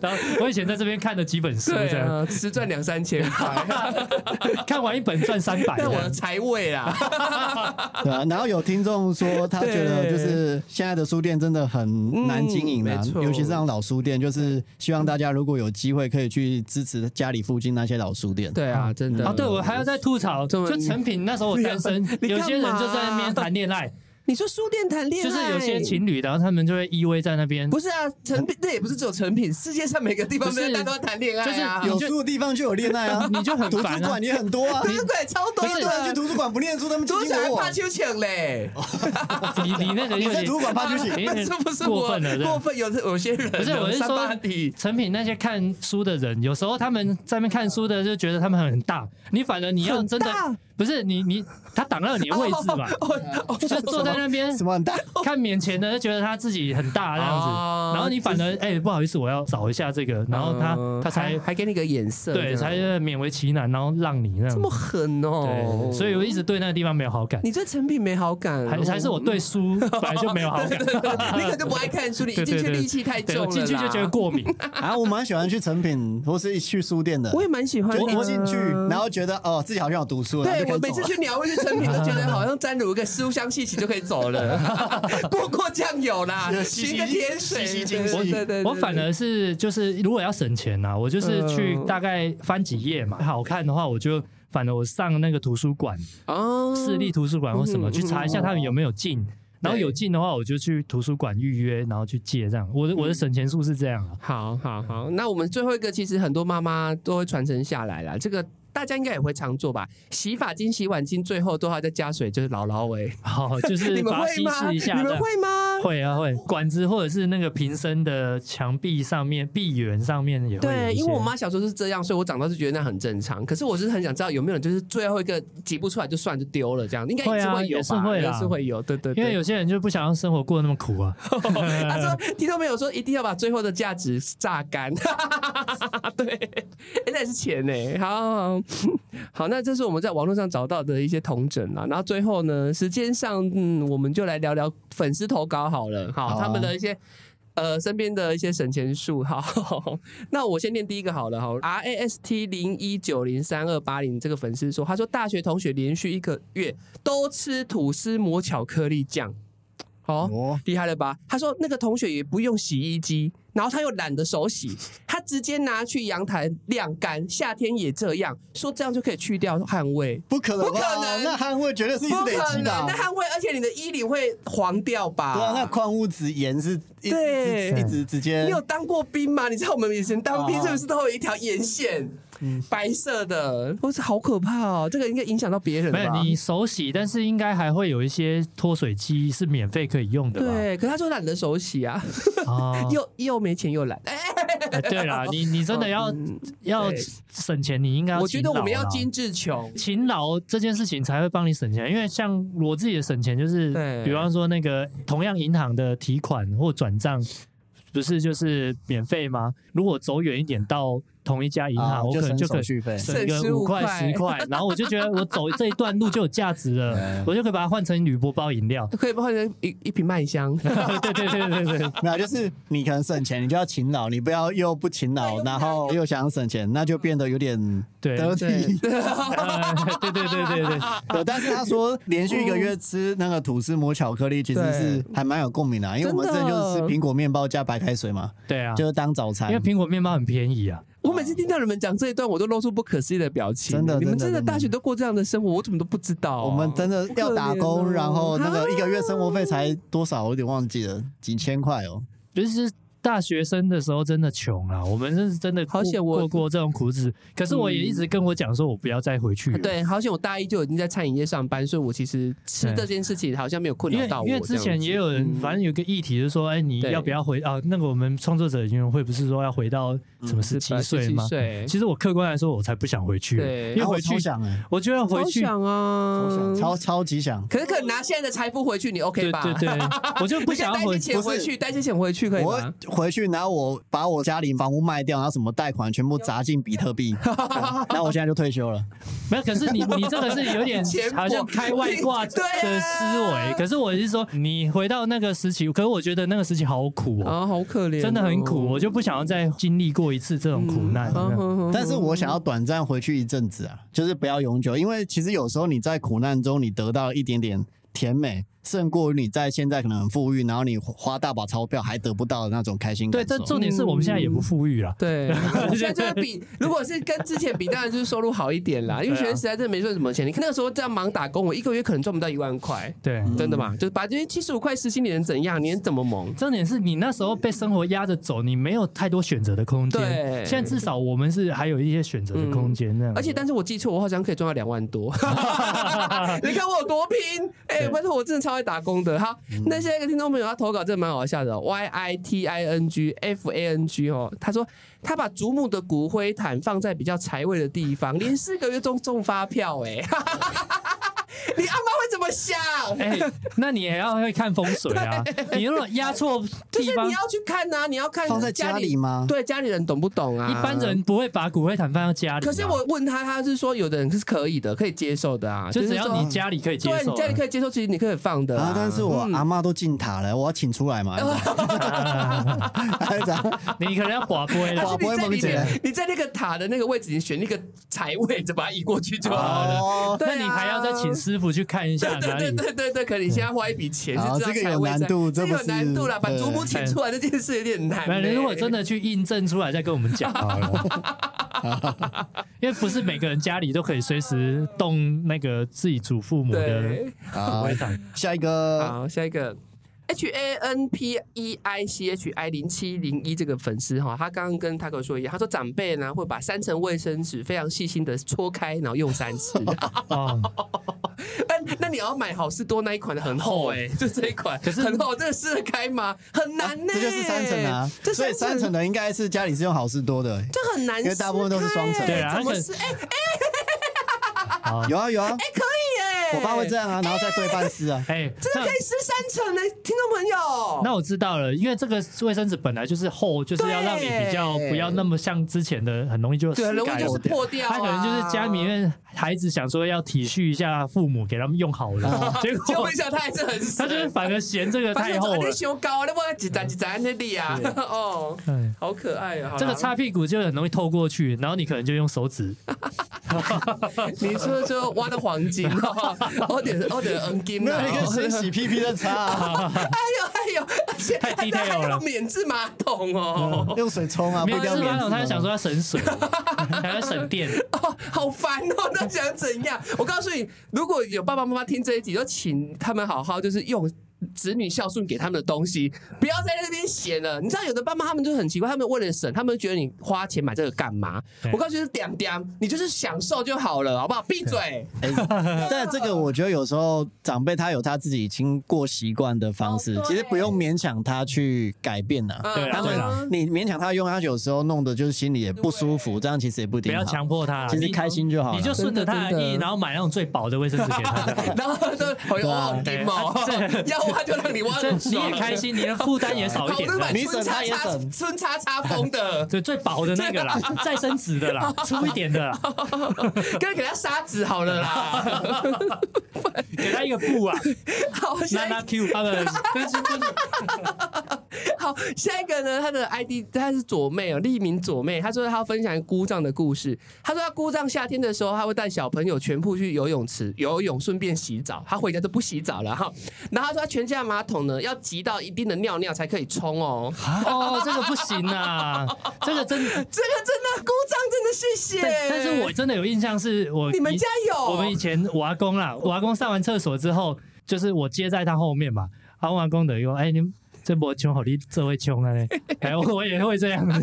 [SPEAKER 3] 然后我以前在这边看了几本书，
[SPEAKER 2] 对
[SPEAKER 3] 这样
[SPEAKER 2] 啊，只赚两三千块，
[SPEAKER 3] 看完一本赚三百。
[SPEAKER 2] 但我的财位啊 啦，
[SPEAKER 1] 对啊，然后有听众说他觉得就是现在的书店真的很难经营
[SPEAKER 2] 嗯
[SPEAKER 1] 啊
[SPEAKER 2] 没，错
[SPEAKER 1] 尤其是像老书店，就是希望大家如果有机会可以去支持家里附近那些老书店。
[SPEAKER 2] 对啊，真的。
[SPEAKER 3] 哦，对，我还要再吐槽，
[SPEAKER 2] 这么
[SPEAKER 3] 就成品那时候我单身，
[SPEAKER 2] 你
[SPEAKER 3] 有些人
[SPEAKER 2] 干嘛
[SPEAKER 3] 就在那边谈恋爱，
[SPEAKER 2] 你说书店谈恋爱，
[SPEAKER 3] 就是有些情侣，然后他们就会依偎在那边，
[SPEAKER 2] 不是啊，成品这也不是只有成品，世界上每个地方
[SPEAKER 3] 不是
[SPEAKER 2] 大家都在谈恋爱啊，
[SPEAKER 3] 就是
[SPEAKER 1] 有书的地方就有恋爱啊，
[SPEAKER 3] 你就很
[SPEAKER 1] 图
[SPEAKER 3] 烦
[SPEAKER 1] 书
[SPEAKER 3] 啊
[SPEAKER 1] 馆。也很多啊。
[SPEAKER 2] 图书馆超多
[SPEAKER 1] 很多人去
[SPEAKER 2] 的，
[SPEAKER 1] 图书馆不念书，他们
[SPEAKER 2] 读
[SPEAKER 1] 唧
[SPEAKER 2] 起
[SPEAKER 1] 唧
[SPEAKER 2] 来
[SPEAKER 1] 我我
[SPEAKER 2] 怕。秋千嘞，
[SPEAKER 3] 哦 你你那个
[SPEAKER 1] 你
[SPEAKER 3] 有
[SPEAKER 1] 在
[SPEAKER 3] 点
[SPEAKER 1] 图书馆怕就行。
[SPEAKER 3] 你有点
[SPEAKER 2] 是不是
[SPEAKER 3] 过
[SPEAKER 2] 我
[SPEAKER 3] 分了这样
[SPEAKER 2] 过分？有有些人
[SPEAKER 3] 不是我是
[SPEAKER 2] 三
[SPEAKER 3] 说
[SPEAKER 2] 八底，
[SPEAKER 3] 成品那些看书的人，有时候他们在那边看书的就觉得他们很大，你反而你要真的
[SPEAKER 2] 很大
[SPEAKER 3] 不是你你他挡到你的位置嘛，
[SPEAKER 2] 哦哦
[SPEAKER 3] 就坐在那边
[SPEAKER 1] 什么很大？
[SPEAKER 3] 看面前的就觉得他自己很大这样子，
[SPEAKER 2] 哦
[SPEAKER 3] 然后你反而哎、不好意思我要找一下这个，然后他、
[SPEAKER 2] 嗯
[SPEAKER 3] 他才
[SPEAKER 2] 还还给你个眼色，
[SPEAKER 3] 对才
[SPEAKER 2] 这样
[SPEAKER 3] 勉为其难，然后让你那
[SPEAKER 2] 这
[SPEAKER 3] 样
[SPEAKER 2] 么狠哦
[SPEAKER 3] 对，，所以我一直对那个地方没有好感，
[SPEAKER 2] 你对成品没好感，哦
[SPEAKER 3] 还还是我对书本来就没有 好感，
[SPEAKER 2] 你可能就不爱看书，你一
[SPEAKER 3] 对
[SPEAKER 2] 进
[SPEAKER 3] 对
[SPEAKER 2] 去
[SPEAKER 3] 对
[SPEAKER 2] 戾气太重
[SPEAKER 3] 对
[SPEAKER 2] 了
[SPEAKER 3] 我
[SPEAKER 2] 啦，
[SPEAKER 3] 进去就觉得 过敏，
[SPEAKER 1] 啊，我蛮喜欢去成品或是去书店的。
[SPEAKER 2] 我也蛮喜欢
[SPEAKER 1] 就
[SPEAKER 2] 的
[SPEAKER 1] 一进去，然后觉得哦，自己好像有读书了，
[SPEAKER 2] 对
[SPEAKER 1] 然后
[SPEAKER 2] 我
[SPEAKER 1] 就开
[SPEAKER 2] 每
[SPEAKER 1] 始
[SPEAKER 2] 次
[SPEAKER 1] 走啊了
[SPEAKER 2] 去鸟会去成品都觉得好像沾入一个书香气息就可以 走了，过过酱油啦，
[SPEAKER 1] 洗
[SPEAKER 2] 寻
[SPEAKER 1] 洗
[SPEAKER 2] 个甜水，
[SPEAKER 1] 洗洗
[SPEAKER 2] 对
[SPEAKER 1] 精
[SPEAKER 2] 对
[SPEAKER 1] 洗
[SPEAKER 2] 对对，
[SPEAKER 3] 我反而是就是，如果要省钱呐、啊，我就是去
[SPEAKER 2] 嗯
[SPEAKER 3] 大概翻几页嘛，好看的话我就反正我上那个图书馆，
[SPEAKER 2] 哦
[SPEAKER 3] 市立图书馆或什么、
[SPEAKER 2] 嗯
[SPEAKER 3] 去查一下他们有没有进，然后有进的话我就去图书馆预约，然后去借这样。我的
[SPEAKER 2] 嗯
[SPEAKER 3] 我的省钱术是这样啊，
[SPEAKER 2] 好好好，那我们最后一个，其实很多妈妈都会传承下来啦，这个大家应该也会常做吧？洗发精、洗碗巾最后都还在加水，就是姥姥喂。
[SPEAKER 3] 好 就
[SPEAKER 2] 你
[SPEAKER 3] 是
[SPEAKER 2] 们
[SPEAKER 3] 把它
[SPEAKER 2] 会
[SPEAKER 3] 稀
[SPEAKER 2] 吗？
[SPEAKER 3] 释一
[SPEAKER 2] 你
[SPEAKER 3] 下这
[SPEAKER 2] 们
[SPEAKER 3] 样。
[SPEAKER 2] 会吗？
[SPEAKER 3] 会啊会，管子或者是那个瓶身的墙壁上面、壁缘上面也会有一些。
[SPEAKER 2] 对，因为我妈小时候是这样，所以我长大是觉得那很正常。可是我是很想知道有没有人就是最后一个挤不出来就算就丢了这样，应该也是
[SPEAKER 3] 会啊
[SPEAKER 2] 有
[SPEAKER 3] 也是
[SPEAKER 2] 吧？
[SPEAKER 3] 会啦
[SPEAKER 2] 是会有，对对
[SPEAKER 3] 因为
[SPEAKER 2] 对。
[SPEAKER 3] 有些人就不想让生活过得那么苦啊，
[SPEAKER 2] 他 说听到没有？说一定要把最后的价值榨干， 对，哎那也是钱呢。好好好 好，那这是我们在网络上找到的一些同整啊啦。然后最后呢，时间上，嗯，我们就来聊聊粉丝投稿好了，好，
[SPEAKER 1] 好啊
[SPEAKER 2] 他们的一些。呃，身边的一些省钱术， 好，那我先念第一个好了，好，R A S T 零一九零三二八零这个粉丝说，他说大学同学连续一个月都吃吐司抹巧克力酱，哦，
[SPEAKER 1] 哦，
[SPEAKER 2] 厉害了吧？他说那个同学也不用洗衣机，然后他又懒得 手洗，他直接拿去阳台晾干，夏天也这样，说这样就可以去掉汗味。
[SPEAKER 1] 不可能吧，
[SPEAKER 2] 不可能
[SPEAKER 1] 那汗味绝对是一
[SPEAKER 2] 不
[SPEAKER 1] 直累
[SPEAKER 2] 可
[SPEAKER 1] 积
[SPEAKER 2] 能，
[SPEAKER 1] 的啊。
[SPEAKER 2] 那汗味，而且你的衣领会黄掉吧？
[SPEAKER 1] 对啊，那矿物质盐是一
[SPEAKER 2] 对
[SPEAKER 1] 一直直接啊
[SPEAKER 2] 你有当过兵吗？你知道我们以前当兵
[SPEAKER 1] 哦
[SPEAKER 2] 是不是都有一条沿线，白色的？我是好可怕哦，这个应该影响到别人
[SPEAKER 3] 没有
[SPEAKER 2] 吧？
[SPEAKER 3] 你手洗，但是应该还会有一些脱水机是免费可以用的吧？
[SPEAKER 2] 对，可是他说懒得手洗 啊，，
[SPEAKER 3] 啊
[SPEAKER 1] 哦
[SPEAKER 2] 又又没钱又懒。哎，
[SPEAKER 3] 哎 对啦，你你真的要要
[SPEAKER 2] 哦嗯对
[SPEAKER 3] 省钱，你应该
[SPEAKER 2] 我觉得我们要
[SPEAKER 3] 勤啊
[SPEAKER 2] 精致穷
[SPEAKER 3] 劳啦。勤劳这件事情才会帮你省钱，因为像我自己的省钱就是
[SPEAKER 2] 对，
[SPEAKER 3] 比方说那个同样银行的提款或转账，不是就是免费吗？如果走远一点到同一家银
[SPEAKER 1] 啊
[SPEAKER 3] 行，我
[SPEAKER 1] 就
[SPEAKER 3] 可能
[SPEAKER 1] 省
[SPEAKER 3] 就可
[SPEAKER 1] 手
[SPEAKER 3] 以
[SPEAKER 1] 续费。
[SPEAKER 3] 省
[SPEAKER 2] 省
[SPEAKER 3] 个
[SPEAKER 2] 15
[SPEAKER 3] 五块
[SPEAKER 2] 块
[SPEAKER 3] 十块，然后我就觉得我走这一段路就有价值 了，我就可以把它换成铝箔包饮料。
[SPEAKER 2] 可以换成一一瓶麦香，
[SPEAKER 3] 对对对对对对，
[SPEAKER 1] 没有，就是你可能省钱，你就要勤劳，你不要又不勤
[SPEAKER 2] 哎
[SPEAKER 1] 劳，然后又想省钱，那就变得有点
[SPEAKER 3] 对
[SPEAKER 1] 得 体。
[SPEAKER 3] 呃对对对对对，
[SPEAKER 2] 啊
[SPEAKER 1] 对，但是他
[SPEAKER 2] 嗯
[SPEAKER 1] 说连续一个月吃那个吐司抹巧克力，其实是还蛮有共鸣的啊，因为我们之前就是吃苹果面包加白开水嘛，
[SPEAKER 3] 对啊，
[SPEAKER 1] 就是当早餐
[SPEAKER 3] 因为。苹果面包很便宜啊。
[SPEAKER 2] 我每次听到你们讲这一段，我都露出不可思议的表情。
[SPEAKER 1] 真的
[SPEAKER 2] 你们
[SPEAKER 1] 真的
[SPEAKER 2] 真的
[SPEAKER 1] 真的
[SPEAKER 2] 大学都过这样的生活，我怎么都不知道啊、
[SPEAKER 1] 我们真的要打
[SPEAKER 2] 好可
[SPEAKER 1] 工，
[SPEAKER 2] 怜哦
[SPEAKER 1] 然后那个一个月
[SPEAKER 2] 啊
[SPEAKER 1] 生活费才多少，我有点忘记了，几千块哦。
[SPEAKER 3] 就是大学生的时候真的穷啦，我们是真的
[SPEAKER 2] 好险
[SPEAKER 3] 过
[SPEAKER 2] 我
[SPEAKER 3] 过过这种苦日子。可是我也一直跟我讲说，我不要再回去了。
[SPEAKER 2] 对，好险我大一就已经在餐饮业上班，所以我其实吃
[SPEAKER 3] 对
[SPEAKER 2] 这件事情好像没有困
[SPEAKER 3] 因
[SPEAKER 2] 扰
[SPEAKER 3] 为
[SPEAKER 2] 到我。
[SPEAKER 3] 因为之前也有人，反正有个议题是说，哎，你
[SPEAKER 2] 对
[SPEAKER 3] 要不要回啊？那个我们创作者委员会不是说要回到什么十七岁吗？
[SPEAKER 2] 岁，
[SPEAKER 3] 其实我客观来说，我才不想回去，
[SPEAKER 2] 对
[SPEAKER 3] 因为
[SPEAKER 1] 然后
[SPEAKER 3] 回
[SPEAKER 1] 我
[SPEAKER 3] 去
[SPEAKER 1] 超想哎，
[SPEAKER 3] 我觉得回
[SPEAKER 2] 好
[SPEAKER 3] 去，
[SPEAKER 2] 想啊，
[SPEAKER 1] 超超级想。
[SPEAKER 2] 可是可能拿现在的财富回去，你 OK
[SPEAKER 3] 对
[SPEAKER 2] 吧？
[SPEAKER 3] 对对，我就不
[SPEAKER 2] 你可
[SPEAKER 3] 想
[SPEAKER 2] 以
[SPEAKER 3] 要
[SPEAKER 2] 带
[SPEAKER 3] 回
[SPEAKER 2] 些。钱回
[SPEAKER 1] 不
[SPEAKER 2] 去，带些钱回去可以
[SPEAKER 1] 我
[SPEAKER 2] 吗？
[SPEAKER 1] 回去，然后我把我家里房屋卖掉，然后什么贷款全部砸进比特 币，然后我现在就退休了。
[SPEAKER 3] 没有，可是你你这个是有点
[SPEAKER 2] 钱
[SPEAKER 3] 好像
[SPEAKER 2] 不
[SPEAKER 3] 开外 挂
[SPEAKER 2] 对啊
[SPEAKER 3] 的思维。可是我是说，你回到那个时期，可是我觉得那个时期好苦哦，
[SPEAKER 2] 啊，好可怜哦，
[SPEAKER 3] 真的很苦，我就不想要再经历过一次
[SPEAKER 1] 嗯
[SPEAKER 3] 这种苦难。
[SPEAKER 2] 啊。哼哼
[SPEAKER 1] 但是我想要短暂回去一阵子啊，就是不要永久，因为其实有时候你在苦难中你得到一点点甜美，胜过于你在现在可能很富裕，然后你花大把钞票还得不到的那种开心
[SPEAKER 3] 对，
[SPEAKER 1] 感
[SPEAKER 3] 但
[SPEAKER 1] 受。
[SPEAKER 3] 重点是我们现在也不富裕啦。
[SPEAKER 2] 对，我 现在就会比，如果是跟之前比，当然就是收入好一点啦。因为学生时代真的没赚什么钱，你看那个时候这样忙打工，我一个月可能赚不到一万块，
[SPEAKER 3] 对，
[SPEAKER 2] 真的嘛？就是把这些七十五块时薪，你能怎样？你能怎么猛？
[SPEAKER 3] 重点是你那时候被生活压着走，你没有太多选择的空间。
[SPEAKER 2] 对嗯
[SPEAKER 3] 现在至少我们是还有一些选择的空间，这样子。
[SPEAKER 2] 而且，但是我记错，我好像可以赚到两万多。 你看我有多拼！哎、拜托，我真的超爱打工的。好，
[SPEAKER 3] 嗯
[SPEAKER 2] 那下一个听众朋友他投稿真的蛮好笑的、哦、，Y I T I N G F A N G 哦，他说他把祖母的骨灰坛放在比较财位的地方，连四个月中中发票哎、 你阿妈会怎么想？
[SPEAKER 3] 哎、那你也要会看风水 啊！你如果压错
[SPEAKER 2] 就
[SPEAKER 3] 地
[SPEAKER 2] 是
[SPEAKER 3] 方
[SPEAKER 2] 你，要去看啊呐、你要看
[SPEAKER 1] 放在
[SPEAKER 2] 家
[SPEAKER 1] 家里吗
[SPEAKER 2] 对，家里人懂不懂啊？
[SPEAKER 3] 一般人不会把骨灰坛放到家里啊。
[SPEAKER 2] 可是我问他，他是说有的人是可以的，可以接受的啊，
[SPEAKER 3] 就只
[SPEAKER 2] 是
[SPEAKER 3] 要
[SPEAKER 2] 说
[SPEAKER 3] 你家里可以接
[SPEAKER 2] 对，
[SPEAKER 3] 受
[SPEAKER 2] 你家里可以接受，其实你可以放的
[SPEAKER 1] 啊！但是我阿妈都进塔了，我要请出来嘛。
[SPEAKER 3] 啊，
[SPEAKER 1] 还是怎样
[SPEAKER 3] 你可能要寡龟
[SPEAKER 1] 寡
[SPEAKER 3] 了
[SPEAKER 1] 不。会梦
[SPEAKER 2] 嗯你在
[SPEAKER 1] 见
[SPEAKER 2] 里面你在那个塔的那个位置，你选那个财位，就把它移过去就好了。
[SPEAKER 1] 哦，
[SPEAKER 2] 对啊
[SPEAKER 3] 那你还要再请师傅去看一下
[SPEAKER 2] 对啊
[SPEAKER 3] 哪
[SPEAKER 2] 对
[SPEAKER 3] 里。
[SPEAKER 2] 对对对，可能你现在花一笔钱，
[SPEAKER 1] 好
[SPEAKER 2] 就知
[SPEAKER 1] 啊这
[SPEAKER 2] 道
[SPEAKER 1] 个
[SPEAKER 2] 财
[SPEAKER 1] 有
[SPEAKER 2] 位在
[SPEAKER 1] 难度这
[SPEAKER 2] 这个
[SPEAKER 1] 不
[SPEAKER 2] 有
[SPEAKER 1] 是
[SPEAKER 2] 难度了，把
[SPEAKER 1] 对
[SPEAKER 2] 祖母请出来这件事有点难欸
[SPEAKER 3] 那
[SPEAKER 2] 呢。
[SPEAKER 3] 你如果真的去印证出来，再跟我们讲好了。 因为不是每个人家里都可以随时动那个自己祖父母的
[SPEAKER 2] 对，
[SPEAKER 1] 好
[SPEAKER 3] 灰，坛。
[SPEAKER 1] 下一个，
[SPEAKER 2] 好，下一个 H A N P E I C H I 零七零一这个粉丝哈，他刚刚跟他哥说一样，他说长辈呢会把三层卫生纸非常细心的搓开，然后用三次。
[SPEAKER 3] 哦，
[SPEAKER 2] 那哎那你要买好事多那一款的很厚哎、就这一款，可
[SPEAKER 3] 是
[SPEAKER 2] 很厚，这个撕得开吗？很难呢、
[SPEAKER 1] 这就是三层啊。
[SPEAKER 2] 哎这
[SPEAKER 1] 所以
[SPEAKER 2] 三
[SPEAKER 1] 三层的应该是家里是用好事多的。
[SPEAKER 2] 这很难撕
[SPEAKER 1] 因
[SPEAKER 2] 开，
[SPEAKER 1] 为大部分都是双层
[SPEAKER 3] 对啊
[SPEAKER 2] 怎么
[SPEAKER 3] 而且
[SPEAKER 2] 撕？哎、
[SPEAKER 3] 好，
[SPEAKER 1] 有啊有啊，
[SPEAKER 2] 可以哎、
[SPEAKER 1] 我爸会这样啊，然后再对半撕啊。
[SPEAKER 3] 哎，
[SPEAKER 2] 真的
[SPEAKER 3] 那
[SPEAKER 2] 可以撕三层的、听众朋友。
[SPEAKER 3] 那我知道了，因为这个卫生纸本来就是厚，就是要让你比较
[SPEAKER 2] 对
[SPEAKER 3] 不要那么像之前的很容易就
[SPEAKER 2] 对，很容易就是
[SPEAKER 3] 撕开
[SPEAKER 2] 破掉、啊，
[SPEAKER 3] 他可能就是家里面孩子想说要体恤一下父母，给他们用好了，结
[SPEAKER 2] 啊结果
[SPEAKER 3] 果
[SPEAKER 2] 没想到他还是很
[SPEAKER 3] 他就是
[SPEAKER 2] 深。
[SPEAKER 3] 反而嫌这个
[SPEAKER 2] 反
[SPEAKER 3] 太
[SPEAKER 2] 正
[SPEAKER 3] 厚
[SPEAKER 2] 就在。
[SPEAKER 3] 了
[SPEAKER 2] 修高，那不然几盏几盏在那里啊？ 哦，
[SPEAKER 3] 嗯，
[SPEAKER 2] 好可爱啊！好啦
[SPEAKER 3] 这个擦，屁股就很容易透过去，然后你可能就用手指。
[SPEAKER 2] 你说说挖的黄金 哦，我点我点黄金
[SPEAKER 1] 没
[SPEAKER 2] 啊
[SPEAKER 1] 有一个先洗屁屁的擦啊，
[SPEAKER 2] 哎呦哎呦，而且还
[SPEAKER 3] 太 detail
[SPEAKER 2] 还有
[SPEAKER 3] 了嗯
[SPEAKER 2] 免治马桶哦，
[SPEAKER 1] 用水冲啊，不
[SPEAKER 3] 没有
[SPEAKER 1] 一定要
[SPEAKER 3] 是马
[SPEAKER 1] 棉
[SPEAKER 3] 桶，
[SPEAKER 1] 纸
[SPEAKER 3] 他
[SPEAKER 1] 嘛
[SPEAKER 3] 就想说要省水，还要省电。
[SPEAKER 2] 哦好烦哦！ 那想怎样？我告诉你，如果有爸爸妈妈听这一集，就请他们好好就是用。子女孝顺给他们的东西，不要在那边闲了。你知道有的爸妈他们就很奇怪，他们为了省，他们觉得你花钱买这个干嘛？
[SPEAKER 3] 对
[SPEAKER 2] 我告诉你，点点，你就是享受就好了，好不好？闭嘴！
[SPEAKER 1] 但这个我觉得有时候长辈他有他自己已经过习惯的方
[SPEAKER 2] 哦
[SPEAKER 1] 式
[SPEAKER 2] 对，
[SPEAKER 1] 其实不用勉强他去改变呐、啊。
[SPEAKER 3] 对啦
[SPEAKER 2] 嗯
[SPEAKER 3] 对啦
[SPEAKER 1] 你勉强他用，他有时候弄的就是心里也不舒服，这样其实也不一
[SPEAKER 3] 不
[SPEAKER 1] 定啊
[SPEAKER 3] 要
[SPEAKER 1] 好。
[SPEAKER 3] 强迫他啦，
[SPEAKER 1] 其实
[SPEAKER 3] 你
[SPEAKER 1] 开心就好了。
[SPEAKER 3] 你就顺着他的
[SPEAKER 2] 真的
[SPEAKER 3] 意，
[SPEAKER 2] 真的
[SPEAKER 3] 然后买那种最薄的卫生纸给他就好了。
[SPEAKER 2] 然后都好像哇，金毛，
[SPEAKER 3] 啊
[SPEAKER 2] 要挖就让你挖，
[SPEAKER 3] 这
[SPEAKER 2] 很
[SPEAKER 3] 你
[SPEAKER 2] 爽
[SPEAKER 3] 也开心，你的负担也少一
[SPEAKER 2] 好
[SPEAKER 3] 点
[SPEAKER 2] 的。买
[SPEAKER 1] 你
[SPEAKER 2] 春
[SPEAKER 1] 省
[SPEAKER 2] 叉
[SPEAKER 1] 他也
[SPEAKER 2] 叉
[SPEAKER 1] 省
[SPEAKER 2] 春叉叉风的，
[SPEAKER 3] 对，最薄的那个啦，再生纸的啦，粗一点的啦，
[SPEAKER 2] 跟给他砂纸好了 啦。
[SPEAKER 3] 给他一个布啊，
[SPEAKER 2] 好，下
[SPEAKER 3] 拉
[SPEAKER 2] 一
[SPEAKER 3] 拉 Q 他们，就是就是
[SPEAKER 2] 好下一个呢，他的 ID 他是左妹哦，利明左妹，他说他要分享一个姑丈的故事。他说他姑丈夏天的时候，他会带小朋友全部去游泳池游泳，顺便洗澡。他回家就不洗澡了哈。然后他说他全家马桶呢要集到一定的尿尿才可以冲哦。
[SPEAKER 3] 哦，这个不行啊，这个真的。
[SPEAKER 2] 这个真的姑丈真的谢谢
[SPEAKER 3] 但，但是我真的有印象，是我
[SPEAKER 2] 你们家有
[SPEAKER 3] 我们以前我阿公
[SPEAKER 2] 哦
[SPEAKER 3] 啦，我阿公上完厕所之后，就是我接在他后面嘛，阿公阿公等于说，哎、你这波穷好，你这位穷 啊嘞，哎、我我也会这样子，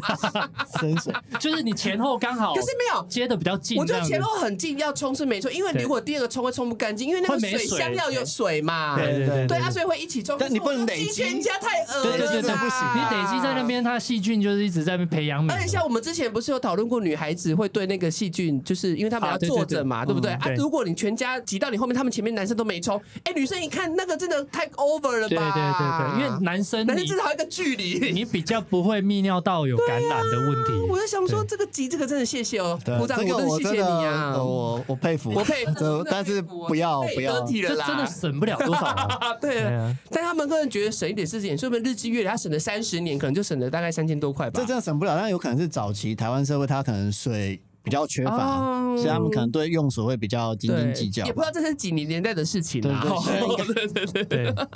[SPEAKER 1] 伸手，
[SPEAKER 3] 就是你前后刚好
[SPEAKER 2] 可是没有。
[SPEAKER 3] 接的比较近，
[SPEAKER 2] 我觉得
[SPEAKER 3] 这
[SPEAKER 2] 前
[SPEAKER 3] 样子
[SPEAKER 2] 后很近，要冲是没错，因为
[SPEAKER 3] 对
[SPEAKER 2] 如果第二个冲会冲不干净，因为那个
[SPEAKER 3] 会没
[SPEAKER 2] 水
[SPEAKER 3] 水
[SPEAKER 2] 箱要有水嘛。
[SPEAKER 3] 对对对
[SPEAKER 2] 对啊，所以会一起冲。
[SPEAKER 1] 但你不能累积
[SPEAKER 2] 鸡全家太恶
[SPEAKER 3] 对对对
[SPEAKER 2] 了
[SPEAKER 3] 对，
[SPEAKER 2] 啦，
[SPEAKER 1] 啊
[SPEAKER 3] 你累积在那边，它细菌就是一直在那边培养
[SPEAKER 2] 而且
[SPEAKER 3] 皿。
[SPEAKER 2] 像我们之前不是有讨论过，女孩子会对那个细菌，就是因为她们
[SPEAKER 3] 啊
[SPEAKER 2] 要
[SPEAKER 3] 对对
[SPEAKER 2] 坐着嘛，
[SPEAKER 3] 对
[SPEAKER 2] 对不对
[SPEAKER 3] 嗯
[SPEAKER 2] 啊
[SPEAKER 3] 对？
[SPEAKER 2] 如果你全家挤到你后面，他们前面男生都没冲，哎，女生一看那个真的太 over 了吧？
[SPEAKER 3] 对对对对，因为男生
[SPEAKER 2] 啊男生至
[SPEAKER 3] 你
[SPEAKER 2] 少一个距离。
[SPEAKER 3] 你比较不会泌尿道有感染的问题。
[SPEAKER 2] 啊我就想说，
[SPEAKER 3] 对
[SPEAKER 2] 这个挤这个真的谢谢哦，
[SPEAKER 1] 对
[SPEAKER 2] 鼓掌，
[SPEAKER 1] 这个
[SPEAKER 2] 我
[SPEAKER 1] 我
[SPEAKER 2] 真
[SPEAKER 1] 真
[SPEAKER 2] 的谢谢
[SPEAKER 1] 的，
[SPEAKER 2] 你啊
[SPEAKER 1] 呃，我我佩服，
[SPEAKER 2] 我佩服
[SPEAKER 1] 这，但是不要不要
[SPEAKER 2] 得体了
[SPEAKER 3] 这
[SPEAKER 2] 啦，
[SPEAKER 3] 真的省不了多少啊。
[SPEAKER 2] 啊， 对
[SPEAKER 3] 对
[SPEAKER 2] 了
[SPEAKER 3] 啊，
[SPEAKER 2] 但他们个人觉得省一点是点，说不定日积月累，他省了三十年，可能就省了大概三千多块吧
[SPEAKER 1] 这。真的省不了，但有可能是早期台湾社会，它可能水比较缺乏，
[SPEAKER 2] 哦
[SPEAKER 1] 所以他们可能对用水会比较斤斤计较
[SPEAKER 2] 也。不知道这是几年年代的事情啦。
[SPEAKER 1] 对对现在应
[SPEAKER 2] 对 对对
[SPEAKER 3] 对，
[SPEAKER 1] 啊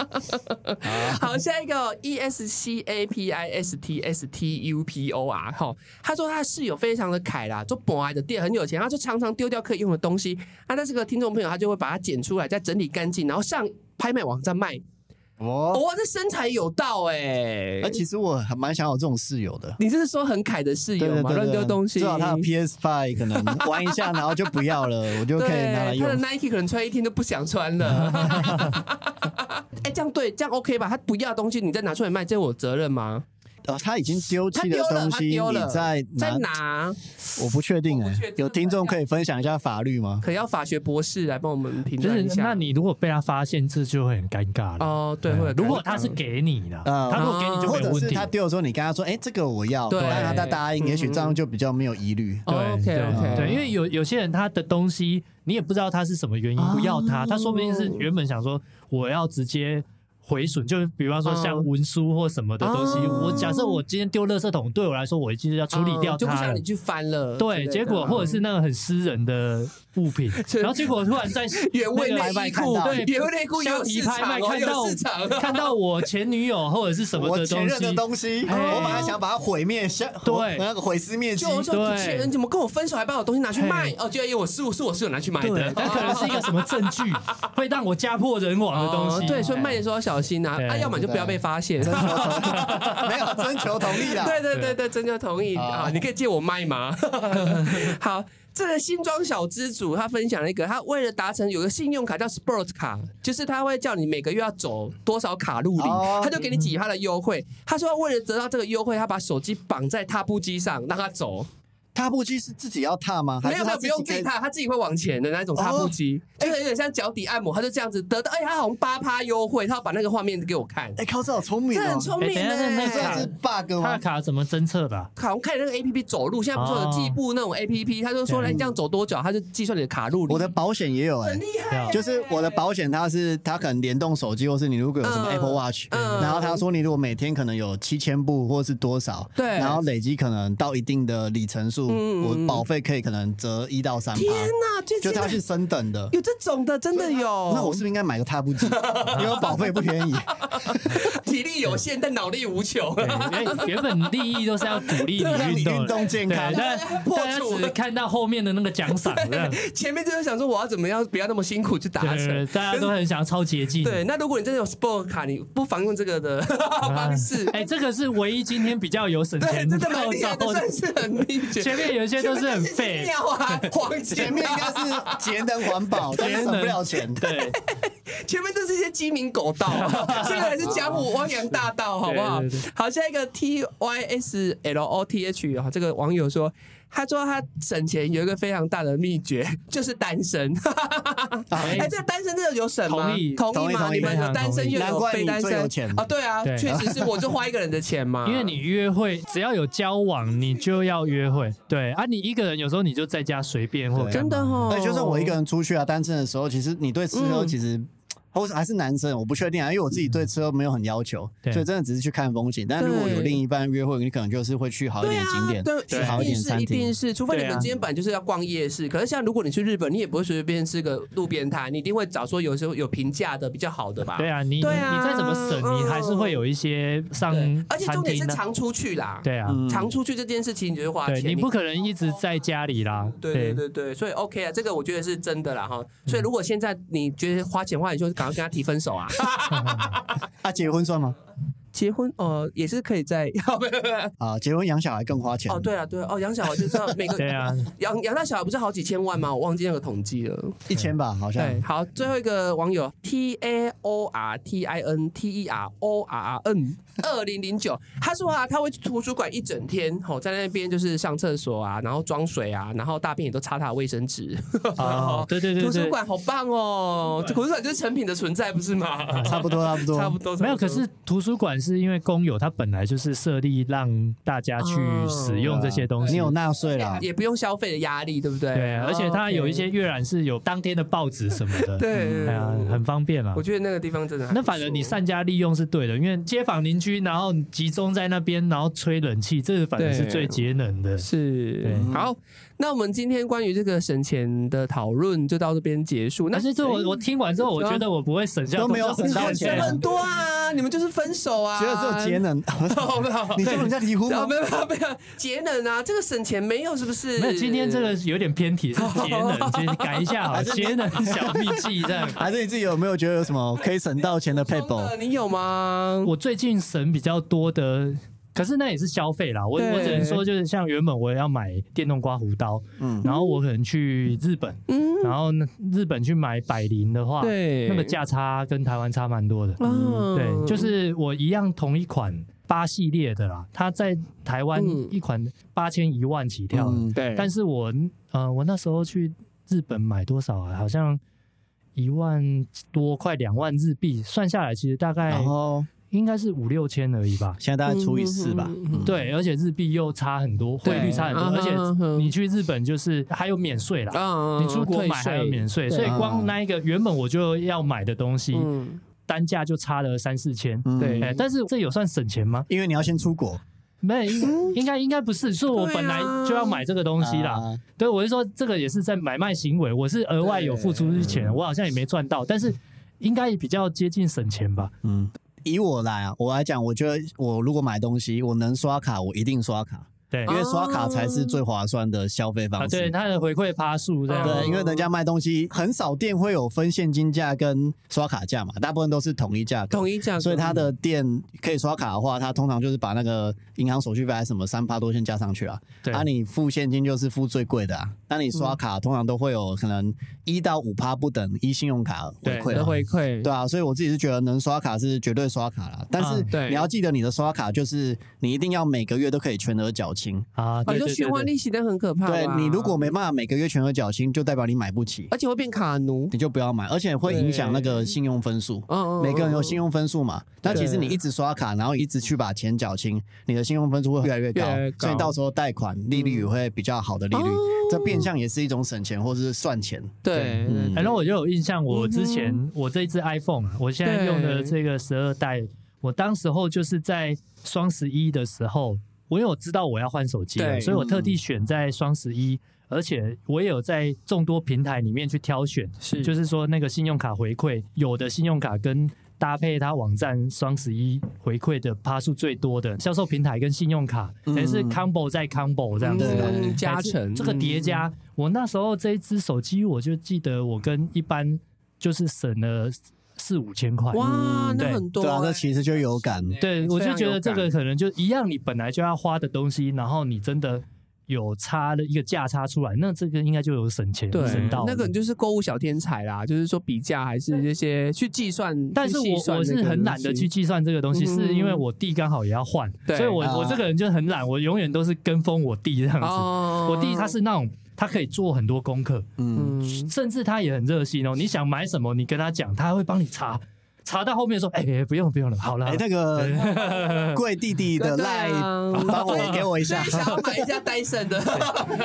[SPEAKER 2] 好，下一个 E S C A P I S T S T U P O R 哈，他说他的室友非常的凯啦，做本来的店很有钱，他就常常丢掉可以用的东西。啊那但是个听众朋友，他就会把它捡出来，再整理干净，然后上拍卖网站卖。
[SPEAKER 1] 哦，
[SPEAKER 2] 哇、这身材有道哎、
[SPEAKER 1] 而其实我还蛮想有这种室友的。
[SPEAKER 2] 你这是说很凯的室
[SPEAKER 1] 对
[SPEAKER 2] 友
[SPEAKER 1] 对
[SPEAKER 2] 嘛，
[SPEAKER 1] 对
[SPEAKER 2] 乱
[SPEAKER 1] 对
[SPEAKER 2] 丢东西，
[SPEAKER 1] 至少他的 PS Five 可能玩一下，然后就不要了，我就可以拿来
[SPEAKER 2] 对，他的
[SPEAKER 1] 用。
[SPEAKER 2] Nike 可能穿一天都不想穿 了。哎、这样对，这样 OK 吧？他不要的东西，你再拿出来卖，这我责任吗？
[SPEAKER 1] 呃，他已经丢
[SPEAKER 2] 他
[SPEAKER 1] 弃
[SPEAKER 2] 丢
[SPEAKER 1] 的
[SPEAKER 2] 了，
[SPEAKER 1] 东
[SPEAKER 2] 他
[SPEAKER 1] 西，
[SPEAKER 2] 丢
[SPEAKER 1] 你
[SPEAKER 2] 了，
[SPEAKER 1] 再
[SPEAKER 2] 再
[SPEAKER 1] 拿，
[SPEAKER 2] 拿，
[SPEAKER 1] 我不确定
[SPEAKER 2] 我不确
[SPEAKER 1] 哎
[SPEAKER 2] 定。
[SPEAKER 1] 有听众可以分享一下法律吗？
[SPEAKER 2] 可要法学博士来帮我们评
[SPEAKER 3] 就
[SPEAKER 2] 论一
[SPEAKER 3] 是
[SPEAKER 2] 下。
[SPEAKER 3] 那你如果被他发现，这就会很尴尬了。
[SPEAKER 2] 哦，对，会有嗯
[SPEAKER 3] 如果他
[SPEAKER 2] 尴
[SPEAKER 3] 是
[SPEAKER 2] 尬
[SPEAKER 3] 给你的，
[SPEAKER 1] 呃
[SPEAKER 3] 他如果给你就
[SPEAKER 1] 或
[SPEAKER 3] 没有
[SPEAKER 1] 者
[SPEAKER 3] 问
[SPEAKER 1] 是
[SPEAKER 3] 题
[SPEAKER 1] 他。丢的时候，你跟他说：“哎，这个我要。”
[SPEAKER 2] 对
[SPEAKER 1] 那他答应，也许这样就比较没有疑虑。
[SPEAKER 2] 哦
[SPEAKER 3] 对
[SPEAKER 2] OK，
[SPEAKER 3] 对
[SPEAKER 2] OK
[SPEAKER 3] 对，因为有有些人他的东西你也不知道他是什么原因不要他，他说不定
[SPEAKER 2] 哦
[SPEAKER 3] 是原本想说我要直接毁损，就比方说像
[SPEAKER 2] 哦
[SPEAKER 3] 文书或什么的东西，
[SPEAKER 2] 哦
[SPEAKER 3] 我假设我今天丢垃圾桶，对我来说我就是要处理掉
[SPEAKER 2] 哦就不
[SPEAKER 3] 它
[SPEAKER 2] 想
[SPEAKER 3] 了
[SPEAKER 2] 你。去翻了。
[SPEAKER 3] 对，结果或者是那个很私人的物 品，然后结果突然在
[SPEAKER 2] 原味内
[SPEAKER 3] 那
[SPEAKER 1] 拍卖
[SPEAKER 2] 衣
[SPEAKER 1] 看
[SPEAKER 2] 裤
[SPEAKER 1] 到，
[SPEAKER 3] 对
[SPEAKER 2] 原味内裤
[SPEAKER 3] 个
[SPEAKER 2] 也有
[SPEAKER 3] 虾皮
[SPEAKER 2] 市
[SPEAKER 3] 拍
[SPEAKER 2] 场
[SPEAKER 3] 卖
[SPEAKER 2] 哦，
[SPEAKER 3] 看到
[SPEAKER 2] 有市场哦。
[SPEAKER 3] 看到我前女友或者是什么
[SPEAKER 1] 我
[SPEAKER 3] 的
[SPEAKER 1] 前
[SPEAKER 3] 东
[SPEAKER 1] 任的
[SPEAKER 3] 西，
[SPEAKER 1] 东西，
[SPEAKER 3] 哎
[SPEAKER 1] 我本来想把它毁灭，像
[SPEAKER 3] 对
[SPEAKER 1] 那个毁尸灭迹
[SPEAKER 2] 就。我说，这
[SPEAKER 3] 对
[SPEAKER 2] 些人怎么跟我分手还把我东西拿去卖
[SPEAKER 3] 嘿？
[SPEAKER 2] 哦，就因为我是我是我室友拿去买
[SPEAKER 3] 对
[SPEAKER 2] 的，，
[SPEAKER 3] 但可能是一个什么证 据，会让我家破人亡的东
[SPEAKER 2] 哦
[SPEAKER 3] 西。
[SPEAKER 2] 对，所以卖的时候要小心啊，
[SPEAKER 3] 对
[SPEAKER 2] 啊，要么就不要被发现。
[SPEAKER 1] 征求同 没有征求同意啦。
[SPEAKER 2] 对对对对，真就同意啊！
[SPEAKER 1] 好
[SPEAKER 2] 你可以借我麦吗？ 好，这个新庄小资主他分享了一个，他为了达成有个信用卡叫 Sport 卡，就是他会叫你每个月要走多少卡路里
[SPEAKER 1] 哦，
[SPEAKER 2] 他就给你几趴的优惠。他说为了得到这个优惠，他把手机绑在踏步机上让他走，
[SPEAKER 1] 踏步机是自己要踏吗？还
[SPEAKER 2] 没
[SPEAKER 1] 是
[SPEAKER 2] 有没
[SPEAKER 1] 他哦
[SPEAKER 2] 有不用自
[SPEAKER 1] 可以
[SPEAKER 2] 己踏，他自己会往前的那种踏步机，就是有点像脚底按摩，他就这样子得到，哎，他好像八趴优惠，他要把那个画面给我看，
[SPEAKER 1] 哎、靠，这好聪明
[SPEAKER 2] 这
[SPEAKER 1] 哦！
[SPEAKER 2] 很聪明
[SPEAKER 3] 哎等一下那
[SPEAKER 2] 呢
[SPEAKER 3] 那。
[SPEAKER 1] 这是 bug
[SPEAKER 3] 他
[SPEAKER 1] 吗
[SPEAKER 3] 的？卡怎么侦测的啊？
[SPEAKER 2] 好像看那个 A P P 走路，现在不是有计步那种 A P P，他就说
[SPEAKER 3] 哦
[SPEAKER 2] 哎
[SPEAKER 3] 对
[SPEAKER 2] 来这样走多久，他就计算你的卡路里。
[SPEAKER 1] 我的保险也有哎、
[SPEAKER 2] 很厉害耶，
[SPEAKER 1] 就是我的保险，它是它可能联动手机，或是你如果有什么
[SPEAKER 2] 嗯
[SPEAKER 1] Apple Watch，、
[SPEAKER 2] 嗯
[SPEAKER 1] 然后他说你如果每天可能有七千步或是多少，
[SPEAKER 2] 对
[SPEAKER 1] 然后累积可能到一定的里程数，
[SPEAKER 2] 嗯嗯嗯
[SPEAKER 1] 我保费可以可能折一到三趴，
[SPEAKER 2] 天哪，这
[SPEAKER 1] 就
[SPEAKER 2] 真
[SPEAKER 1] 它
[SPEAKER 2] 的
[SPEAKER 1] 是升等的。
[SPEAKER 2] 有这种的，真的
[SPEAKER 3] 啊
[SPEAKER 2] 有。
[SPEAKER 1] 那我是不是应该买个踏步机？因为我保费不便宜。
[SPEAKER 2] 体力有限，但脑力无穷。
[SPEAKER 3] 对，因为原本利益都是要鼓励
[SPEAKER 1] 让
[SPEAKER 3] 你
[SPEAKER 1] 你
[SPEAKER 3] 动
[SPEAKER 1] 运
[SPEAKER 3] 的，
[SPEAKER 1] 动健
[SPEAKER 3] 对，
[SPEAKER 1] 康
[SPEAKER 3] 但
[SPEAKER 2] 破
[SPEAKER 3] 大家
[SPEAKER 2] 除
[SPEAKER 3] 只看到后面的那个奖 赏，这样
[SPEAKER 2] 前面就是想说我要怎么样，不要那么辛苦去达
[SPEAKER 3] 对对对
[SPEAKER 2] 成。
[SPEAKER 3] 大家都很想要超捷径。
[SPEAKER 2] 对，那如果你真的有 Sport 卡，你不妨用这个的 方式。
[SPEAKER 3] 哎，这个是唯一今天比较有省
[SPEAKER 2] 对，
[SPEAKER 3] 钱
[SPEAKER 2] 真的蛮 厉害的，
[SPEAKER 3] 到
[SPEAKER 2] 算是很厉害。
[SPEAKER 3] 前面有一些都是很废，
[SPEAKER 2] 尿啊，黄金啊
[SPEAKER 1] 前面应该是节能环保，但是省不了钱。
[SPEAKER 3] 对，
[SPEAKER 2] 前面这是一些鸡鸣 狗盗，这个还是江湖汪洋大盗，好不好
[SPEAKER 3] 对对？
[SPEAKER 2] 好，下一个 T Y S L O T H 啊，这个网友说，他说他省钱有一个非常大的秘诀，就是单身。
[SPEAKER 3] 哎
[SPEAKER 2] 哎，这个单身真的有省吗？
[SPEAKER 3] 同意
[SPEAKER 2] 同意吗？
[SPEAKER 1] 同意
[SPEAKER 2] 你们
[SPEAKER 3] 非
[SPEAKER 2] 有
[SPEAKER 3] 常
[SPEAKER 2] 单身
[SPEAKER 3] 同意
[SPEAKER 2] 又
[SPEAKER 1] 难
[SPEAKER 2] 有
[SPEAKER 1] 怪
[SPEAKER 2] 非
[SPEAKER 1] 你
[SPEAKER 2] 单
[SPEAKER 1] 最
[SPEAKER 2] 身
[SPEAKER 1] 有钱
[SPEAKER 2] 啊？对啊，
[SPEAKER 3] 对
[SPEAKER 2] 确实是，我就花一个人的钱嘛。
[SPEAKER 3] 因为你约会只要有交往，你就要约会。对啊，你一个人有时候你就在家随便或
[SPEAKER 1] 对
[SPEAKER 3] 干
[SPEAKER 2] 真
[SPEAKER 3] 嘛
[SPEAKER 2] 的哦，
[SPEAKER 1] 对，就是我一个人出去啊，单身的时候，其实你对吃喝其实。或是还是男生，我不确定啊，因为我自己对吃喝没有很要求，
[SPEAKER 3] 对
[SPEAKER 1] 所以真的只是去看风景。但如果有
[SPEAKER 2] 对
[SPEAKER 1] 另一半约会，你可能就是会去好一
[SPEAKER 2] 对
[SPEAKER 1] 点
[SPEAKER 2] 啊
[SPEAKER 1] 的景点，
[SPEAKER 2] 对，
[SPEAKER 1] 吃好一
[SPEAKER 2] 一定
[SPEAKER 1] 点的
[SPEAKER 2] 是
[SPEAKER 1] 餐
[SPEAKER 2] 一定
[SPEAKER 1] 厅。
[SPEAKER 2] 是，除非你
[SPEAKER 3] 对
[SPEAKER 2] 们
[SPEAKER 3] 啊
[SPEAKER 2] 今天本来就是要逛夜市。可是像如果你去日本，你也不会随便吃个路边摊，你一定会找说有时候有平价的比较好的吧？
[SPEAKER 3] 对啊，你
[SPEAKER 2] 对啊嗯
[SPEAKER 3] 你再怎么省，你还是会有一些上
[SPEAKER 2] 对，而且
[SPEAKER 3] 餐
[SPEAKER 2] 重点
[SPEAKER 3] 厅
[SPEAKER 2] 是
[SPEAKER 3] 的。
[SPEAKER 2] 常出去啦，
[SPEAKER 3] 啊对啊，
[SPEAKER 1] 嗯
[SPEAKER 2] 常出去这件事情你就会花
[SPEAKER 3] 对
[SPEAKER 2] 钱，
[SPEAKER 3] 你不可能一直在家里啦。
[SPEAKER 2] 对对对对，所以 OK 啊，这个我觉得是真的啦
[SPEAKER 3] 嗯
[SPEAKER 2] 哈。所以如果现在你觉得花钱花，你就赶快跟他提分手 啊。
[SPEAKER 1] 啊，结婚算吗？
[SPEAKER 2] 结婚哦，也是可以在
[SPEAKER 1] 啊，结婚养小孩更花钱。
[SPEAKER 2] 哦，对啊对啊哦，养小孩就知道每个
[SPEAKER 3] 对啊，
[SPEAKER 2] 养养大小孩不是好几千万吗？我忘记那个统计了。
[SPEAKER 1] 一千吧，好像
[SPEAKER 2] 对，好，最后一个网友 T A O R T I N T E R O R N 二零零九，他说啊，他会去图书馆一整天，吼，在那边就是上厕所啊，然后装水啊，然后大便也都擦他的卫生纸。
[SPEAKER 3] 哦，对对对
[SPEAKER 2] 图书
[SPEAKER 3] 对，
[SPEAKER 2] 馆好棒哦，图书馆就是成品的存在，不是吗？
[SPEAKER 1] 差不多，差不多。
[SPEAKER 2] 差不多，
[SPEAKER 3] 没有。可是图书馆是因为公有它本来就是设立让大家去
[SPEAKER 2] 哦
[SPEAKER 3] 使用
[SPEAKER 2] 啊
[SPEAKER 3] 这些东西，
[SPEAKER 1] 你有纳税啦，
[SPEAKER 2] 也不用消费的压力，对不哦对？
[SPEAKER 3] 对，啊而且它有一些
[SPEAKER 2] 啊 OK
[SPEAKER 3] 阅览是有当天的报纸什么 的，
[SPEAKER 1] 嗯
[SPEAKER 2] 对
[SPEAKER 3] 哎呀，很方便啦
[SPEAKER 2] 我。觉得那个地方真的还不错。
[SPEAKER 3] 那反而你善加利用是对的，因为街坊邻居，然后你集中在那边，然后吹冷气，这个反而是
[SPEAKER 2] 对
[SPEAKER 3] 最节能的。
[SPEAKER 2] 是
[SPEAKER 3] 对
[SPEAKER 2] 好，那我们今天关于这个省钱的讨论就到这边结束。那啊
[SPEAKER 3] 但是这我我听完之后，我觉得我不会省下
[SPEAKER 1] 都没有省到
[SPEAKER 3] 多少
[SPEAKER 1] 钱
[SPEAKER 2] 这很多啊，你们就是分手啊，哦
[SPEAKER 1] 觉得只有节能，
[SPEAKER 2] 好不好？
[SPEAKER 1] 你说人家离婚
[SPEAKER 2] 啊，
[SPEAKER 1] 吗
[SPEAKER 2] 没？有没有没有，节能啊，这个省钱没有是不是？
[SPEAKER 3] 没有，今天这个有点偏题，是 节能，其实改一下好，
[SPEAKER 1] 还是
[SPEAKER 3] 节能小秘 技这样。
[SPEAKER 1] 还是你自己有没有觉得有什么可以省到钱的
[SPEAKER 2] 真
[SPEAKER 1] p
[SPEAKER 2] 的
[SPEAKER 1] a
[SPEAKER 2] 你有吗？
[SPEAKER 3] 我最近省比较多的，可是那也是消费啦。我
[SPEAKER 2] 对
[SPEAKER 3] 我只能说，就是像原本我要买电动刮胡刀，
[SPEAKER 1] 嗯
[SPEAKER 3] 然后我可能去日本，
[SPEAKER 2] 嗯，
[SPEAKER 3] 然后那日本去买百灵的话，
[SPEAKER 2] 对
[SPEAKER 1] 啊
[SPEAKER 3] 那个价差跟台湾差蛮多的。
[SPEAKER 2] 嗯
[SPEAKER 3] 对，就是我一样同一款八系列的啦，它在台湾
[SPEAKER 2] 嗯
[SPEAKER 3] 一款八千一万起跳，
[SPEAKER 1] 嗯，
[SPEAKER 2] 对
[SPEAKER 3] 但是我呃，我那时候去日本买多少啊？好像一万多，快两万日币，算下来其实大概
[SPEAKER 1] 然后
[SPEAKER 3] 应该是五六千而已吧。
[SPEAKER 1] 现在大概除以四吧，
[SPEAKER 2] 嗯嗯嗯嗯
[SPEAKER 1] 嗯
[SPEAKER 3] 对，而且日币又差很多，汇率差很多，
[SPEAKER 2] 对
[SPEAKER 3] 而
[SPEAKER 2] 嗯
[SPEAKER 3] 且
[SPEAKER 2] 哼
[SPEAKER 3] 你去日本就是还有免税啦，
[SPEAKER 2] 啊
[SPEAKER 3] 你出国买还有免税，所以光那一个原本我就要买的东西，
[SPEAKER 2] 嗯，
[SPEAKER 3] 单价就差了三四千。
[SPEAKER 1] 嗯
[SPEAKER 2] 对
[SPEAKER 3] 哎，但是这有算省钱吗？
[SPEAKER 1] 因为你要先出国
[SPEAKER 3] 没，
[SPEAKER 2] 嗯
[SPEAKER 3] 应应该应该不是，是
[SPEAKER 2] 啊
[SPEAKER 3] 我本来就要买这个东西啦。
[SPEAKER 1] 啊
[SPEAKER 3] 对，我是说这个也是在买卖行为，我是额外有付出钱，我好像也没赚到，但是应该也比较接近省钱吧。
[SPEAKER 1] 嗯，以我来啊，我来讲，我觉得我如果买东西，我能刷卡，我一定刷卡，
[SPEAKER 3] 对
[SPEAKER 1] 因为刷卡才是最划算的消费
[SPEAKER 3] 啊，
[SPEAKER 1] 方
[SPEAKER 3] 对，
[SPEAKER 1] 式。
[SPEAKER 3] 它的回馈趴数这样。
[SPEAKER 2] 哦
[SPEAKER 1] 对，因为人家卖东西很少店会有分现金价跟刷卡价嘛，大部分都是统一价格。
[SPEAKER 2] 统一价格，
[SPEAKER 1] 所以它的店可以刷卡的话，它通常就是把那个银行手续费还是什么三趴多先加上去啊。
[SPEAKER 3] 对
[SPEAKER 1] 啊，你付现金就是付最贵的啊。那你刷卡通常都会有可能一到五趴不等，依信用卡回馈
[SPEAKER 2] 的
[SPEAKER 1] 啊。
[SPEAKER 2] 回馈，
[SPEAKER 1] 对啊，所以我自己是觉得能刷卡是绝对刷卡啦，但
[SPEAKER 3] 啊
[SPEAKER 1] 是
[SPEAKER 2] 嗯对
[SPEAKER 1] 你要记得你的刷卡就是你一定要每个月都可以全额缴清。
[SPEAKER 3] 啊，
[SPEAKER 2] 啊，
[SPEAKER 3] 对
[SPEAKER 2] 就
[SPEAKER 3] 对
[SPEAKER 2] 循
[SPEAKER 3] 对
[SPEAKER 2] 环
[SPEAKER 3] 对。
[SPEAKER 2] 利息，但很可怕啊吧。
[SPEAKER 1] 对你如果没办法每个月全额缴清，就代表你买不起，
[SPEAKER 2] 而且会变卡奴，
[SPEAKER 1] 你就不要买，而且会影响那个信用分数。
[SPEAKER 2] 嗯，嗯
[SPEAKER 1] 每个人有信用分数嘛，那其实你一直刷卡，然后一直去把钱缴清，你的信用分数会越来越高
[SPEAKER 2] 越来越，高嗯
[SPEAKER 1] 所以到时候贷款利率也会比较好的利率
[SPEAKER 2] 哦，
[SPEAKER 1] 这变相也是一种省钱或是算钱。
[SPEAKER 2] 对，
[SPEAKER 1] 嗯
[SPEAKER 3] 反正我就有印象，我之前、
[SPEAKER 2] 嗯
[SPEAKER 3] 我这一只 iPhone，啊，我现在用的这个十二代，我当时候就是在双十一的时候，我因为我知道我要换手机了，
[SPEAKER 2] 对
[SPEAKER 3] 所以我特地选在双十一，而且我也有在众多平台里面去挑选，
[SPEAKER 2] 是
[SPEAKER 3] 就是是说那个信用卡回馈，有的信用卡跟搭配它网站双十一回馈的趴数最多的销售平台跟信用卡，
[SPEAKER 1] 嗯
[SPEAKER 3] 还是 combo 在 combo 这样子吧，
[SPEAKER 1] 嗯
[SPEAKER 3] 哎
[SPEAKER 2] 加
[SPEAKER 3] 这
[SPEAKER 2] 成嗯
[SPEAKER 3] 这个叠加。我那时候这一只手机，我就记得我跟一般就是省了四五千块。
[SPEAKER 2] 哇，那
[SPEAKER 3] 对
[SPEAKER 2] 很多
[SPEAKER 1] 对
[SPEAKER 2] 欸，
[SPEAKER 1] 啊，这其实就嗯有感。
[SPEAKER 3] 对，
[SPEAKER 2] 非
[SPEAKER 3] 我就
[SPEAKER 2] 常
[SPEAKER 3] 觉
[SPEAKER 2] 有
[SPEAKER 3] 得这个可能就一样，你本来就要花的东西，然后你真的有差的一个价差出来，那这个应该就有省钱
[SPEAKER 2] 对
[SPEAKER 3] 省到
[SPEAKER 2] 那个
[SPEAKER 3] 了
[SPEAKER 2] 你就是购物小天才啦，就是说比价还是这些去计算，
[SPEAKER 3] 但是
[SPEAKER 2] 去细
[SPEAKER 3] 我
[SPEAKER 2] 算
[SPEAKER 3] 我
[SPEAKER 2] 那
[SPEAKER 3] 是
[SPEAKER 2] 个
[SPEAKER 3] 很懒得
[SPEAKER 2] 东
[SPEAKER 3] 去
[SPEAKER 2] 西
[SPEAKER 3] 计算这个东西，
[SPEAKER 2] 嗯
[SPEAKER 3] 是因为我弟刚好也要换，
[SPEAKER 2] 对
[SPEAKER 3] 所以我、
[SPEAKER 1] 啊
[SPEAKER 3] 我这个人就很懒，我永远都是跟风我弟这样子。
[SPEAKER 2] 哦
[SPEAKER 3] 我弟他是那种他可以做很多功课，
[SPEAKER 1] 嗯，
[SPEAKER 2] 嗯，
[SPEAKER 3] 甚至他也很热心哦。你想买什么，你跟他讲，他会帮你查，查到后面说，哎、不用不用了，好了。
[SPEAKER 1] 哎，那个贵弟弟的哦
[SPEAKER 2] 对
[SPEAKER 1] 赖，
[SPEAKER 2] 啊
[SPEAKER 1] 帮我给我一下
[SPEAKER 2] 所以。想要买一下戴 森的，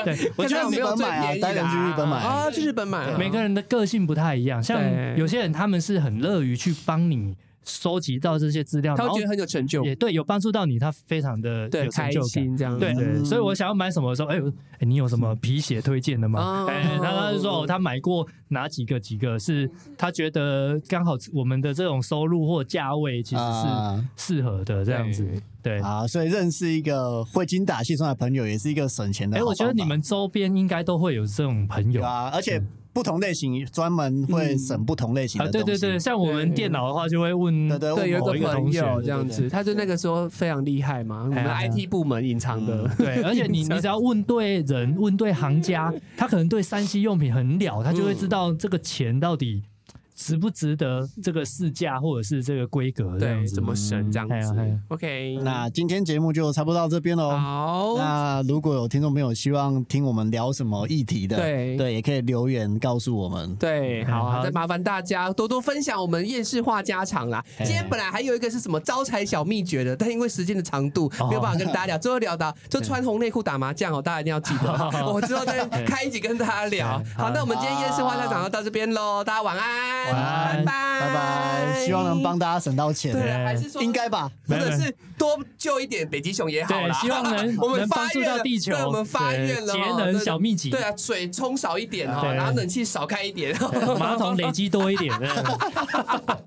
[SPEAKER 3] 对，
[SPEAKER 1] 我觉
[SPEAKER 2] 看
[SPEAKER 1] 得
[SPEAKER 2] 看有没
[SPEAKER 1] 日
[SPEAKER 2] 有
[SPEAKER 1] 本
[SPEAKER 2] 最
[SPEAKER 1] 买
[SPEAKER 2] 便
[SPEAKER 1] 啊，
[SPEAKER 2] 宜
[SPEAKER 1] 带
[SPEAKER 2] 的
[SPEAKER 1] 人去日本买。
[SPEAKER 2] 啊，去日本买啊，
[SPEAKER 3] 每个人的个性不太一样，像
[SPEAKER 2] 对
[SPEAKER 3] 有些人他们是很乐于去帮你收集到这些资料，
[SPEAKER 2] 他
[SPEAKER 3] 然
[SPEAKER 2] 会
[SPEAKER 3] 后
[SPEAKER 2] 觉得很有成就，
[SPEAKER 3] 也对，有帮助到你，他非常的
[SPEAKER 2] 对，
[SPEAKER 3] 有成
[SPEAKER 2] 开
[SPEAKER 3] 就感。
[SPEAKER 2] 心这样，
[SPEAKER 3] 对，
[SPEAKER 1] 嗯
[SPEAKER 3] 所以我想要买什么的时候，哎、我哎你有什么皮鞋推荐的吗
[SPEAKER 2] 哦？
[SPEAKER 3] 哎、他他就说、哦、他买过哪几个几个是他觉得刚好我们的这种收入或价位其实是
[SPEAKER 1] 啊
[SPEAKER 3] 适合的这样子。对，哎、
[SPEAKER 1] 啊，所以认识一个会精打细算的朋友，也是一个省钱的好方法。
[SPEAKER 3] 哎我觉得你们周边应该都会有这种朋友
[SPEAKER 1] 有啊，而且不同类型专门会省不同类型
[SPEAKER 3] 啊
[SPEAKER 1] 的东
[SPEAKER 3] 对
[SPEAKER 1] 西。
[SPEAKER 3] 对对，像我们
[SPEAKER 2] 对
[SPEAKER 3] 电脑的话就会问，
[SPEAKER 1] 对对
[SPEAKER 2] 对，有
[SPEAKER 1] 我
[SPEAKER 2] 一
[SPEAKER 3] 某一
[SPEAKER 2] 个
[SPEAKER 3] 个
[SPEAKER 2] 朋
[SPEAKER 3] 同学
[SPEAKER 2] 友
[SPEAKER 3] 对
[SPEAKER 2] 这样子，他就那个时候非常厉害嘛，我们
[SPEAKER 3] 哎呀嗯
[SPEAKER 2] IT 部门隐藏的，
[SPEAKER 3] 对，而且你你只要问对人，问对行家，他可能对山西用品很了，他就会知道这个钱到底值不值得这个市价或者是这个规格这样
[SPEAKER 2] 对，
[SPEAKER 3] 子
[SPEAKER 2] 怎。么省这样
[SPEAKER 3] 哎呀
[SPEAKER 2] 子
[SPEAKER 3] 哎呀
[SPEAKER 2] ？OK，
[SPEAKER 1] 那今天节目就差不多到这边喽。
[SPEAKER 2] 好，
[SPEAKER 1] 那如果有听众朋友希望听我们聊什么议题的，
[SPEAKER 2] 对
[SPEAKER 1] 对，也可以留言告诉我们。
[SPEAKER 2] 对，好啊，
[SPEAKER 3] 哎好
[SPEAKER 2] 再麻烦大家多多分享我们夜市话家常啦。
[SPEAKER 3] 哎
[SPEAKER 2] 今天本来还有一个是什么招财小秘诀的，但因为时间的长度
[SPEAKER 3] 哦
[SPEAKER 2] 没有办法跟大家聊，最后聊到就穿红内裤打麻将哦，大家一定要 记得。我之后再开一集跟大家聊。好，那我们今天夜市话家常就到这边喽，大家晚安，
[SPEAKER 3] 晚安
[SPEAKER 2] 拜拜，
[SPEAKER 1] 拜拜，希望能帮大家省到钱。
[SPEAKER 2] 对，啊还是说
[SPEAKER 1] 应该吧？
[SPEAKER 2] 或者
[SPEAKER 3] 哎没有没
[SPEAKER 2] 是多救一点北极熊也好啦，
[SPEAKER 3] 对希望能
[SPEAKER 2] 我们
[SPEAKER 3] 能
[SPEAKER 2] 发
[SPEAKER 3] 帮助
[SPEAKER 2] 愿
[SPEAKER 3] 到
[SPEAKER 2] 了
[SPEAKER 3] 地球
[SPEAKER 2] 对，我们发
[SPEAKER 3] 对
[SPEAKER 2] 愿了哦，
[SPEAKER 3] 节能
[SPEAKER 2] 对
[SPEAKER 3] 小秘籍
[SPEAKER 2] 对啊， 水冲少一点哦，
[SPEAKER 3] 对
[SPEAKER 2] 然后冷气少开一点哦。
[SPEAKER 3] 马桶累积多一点。这样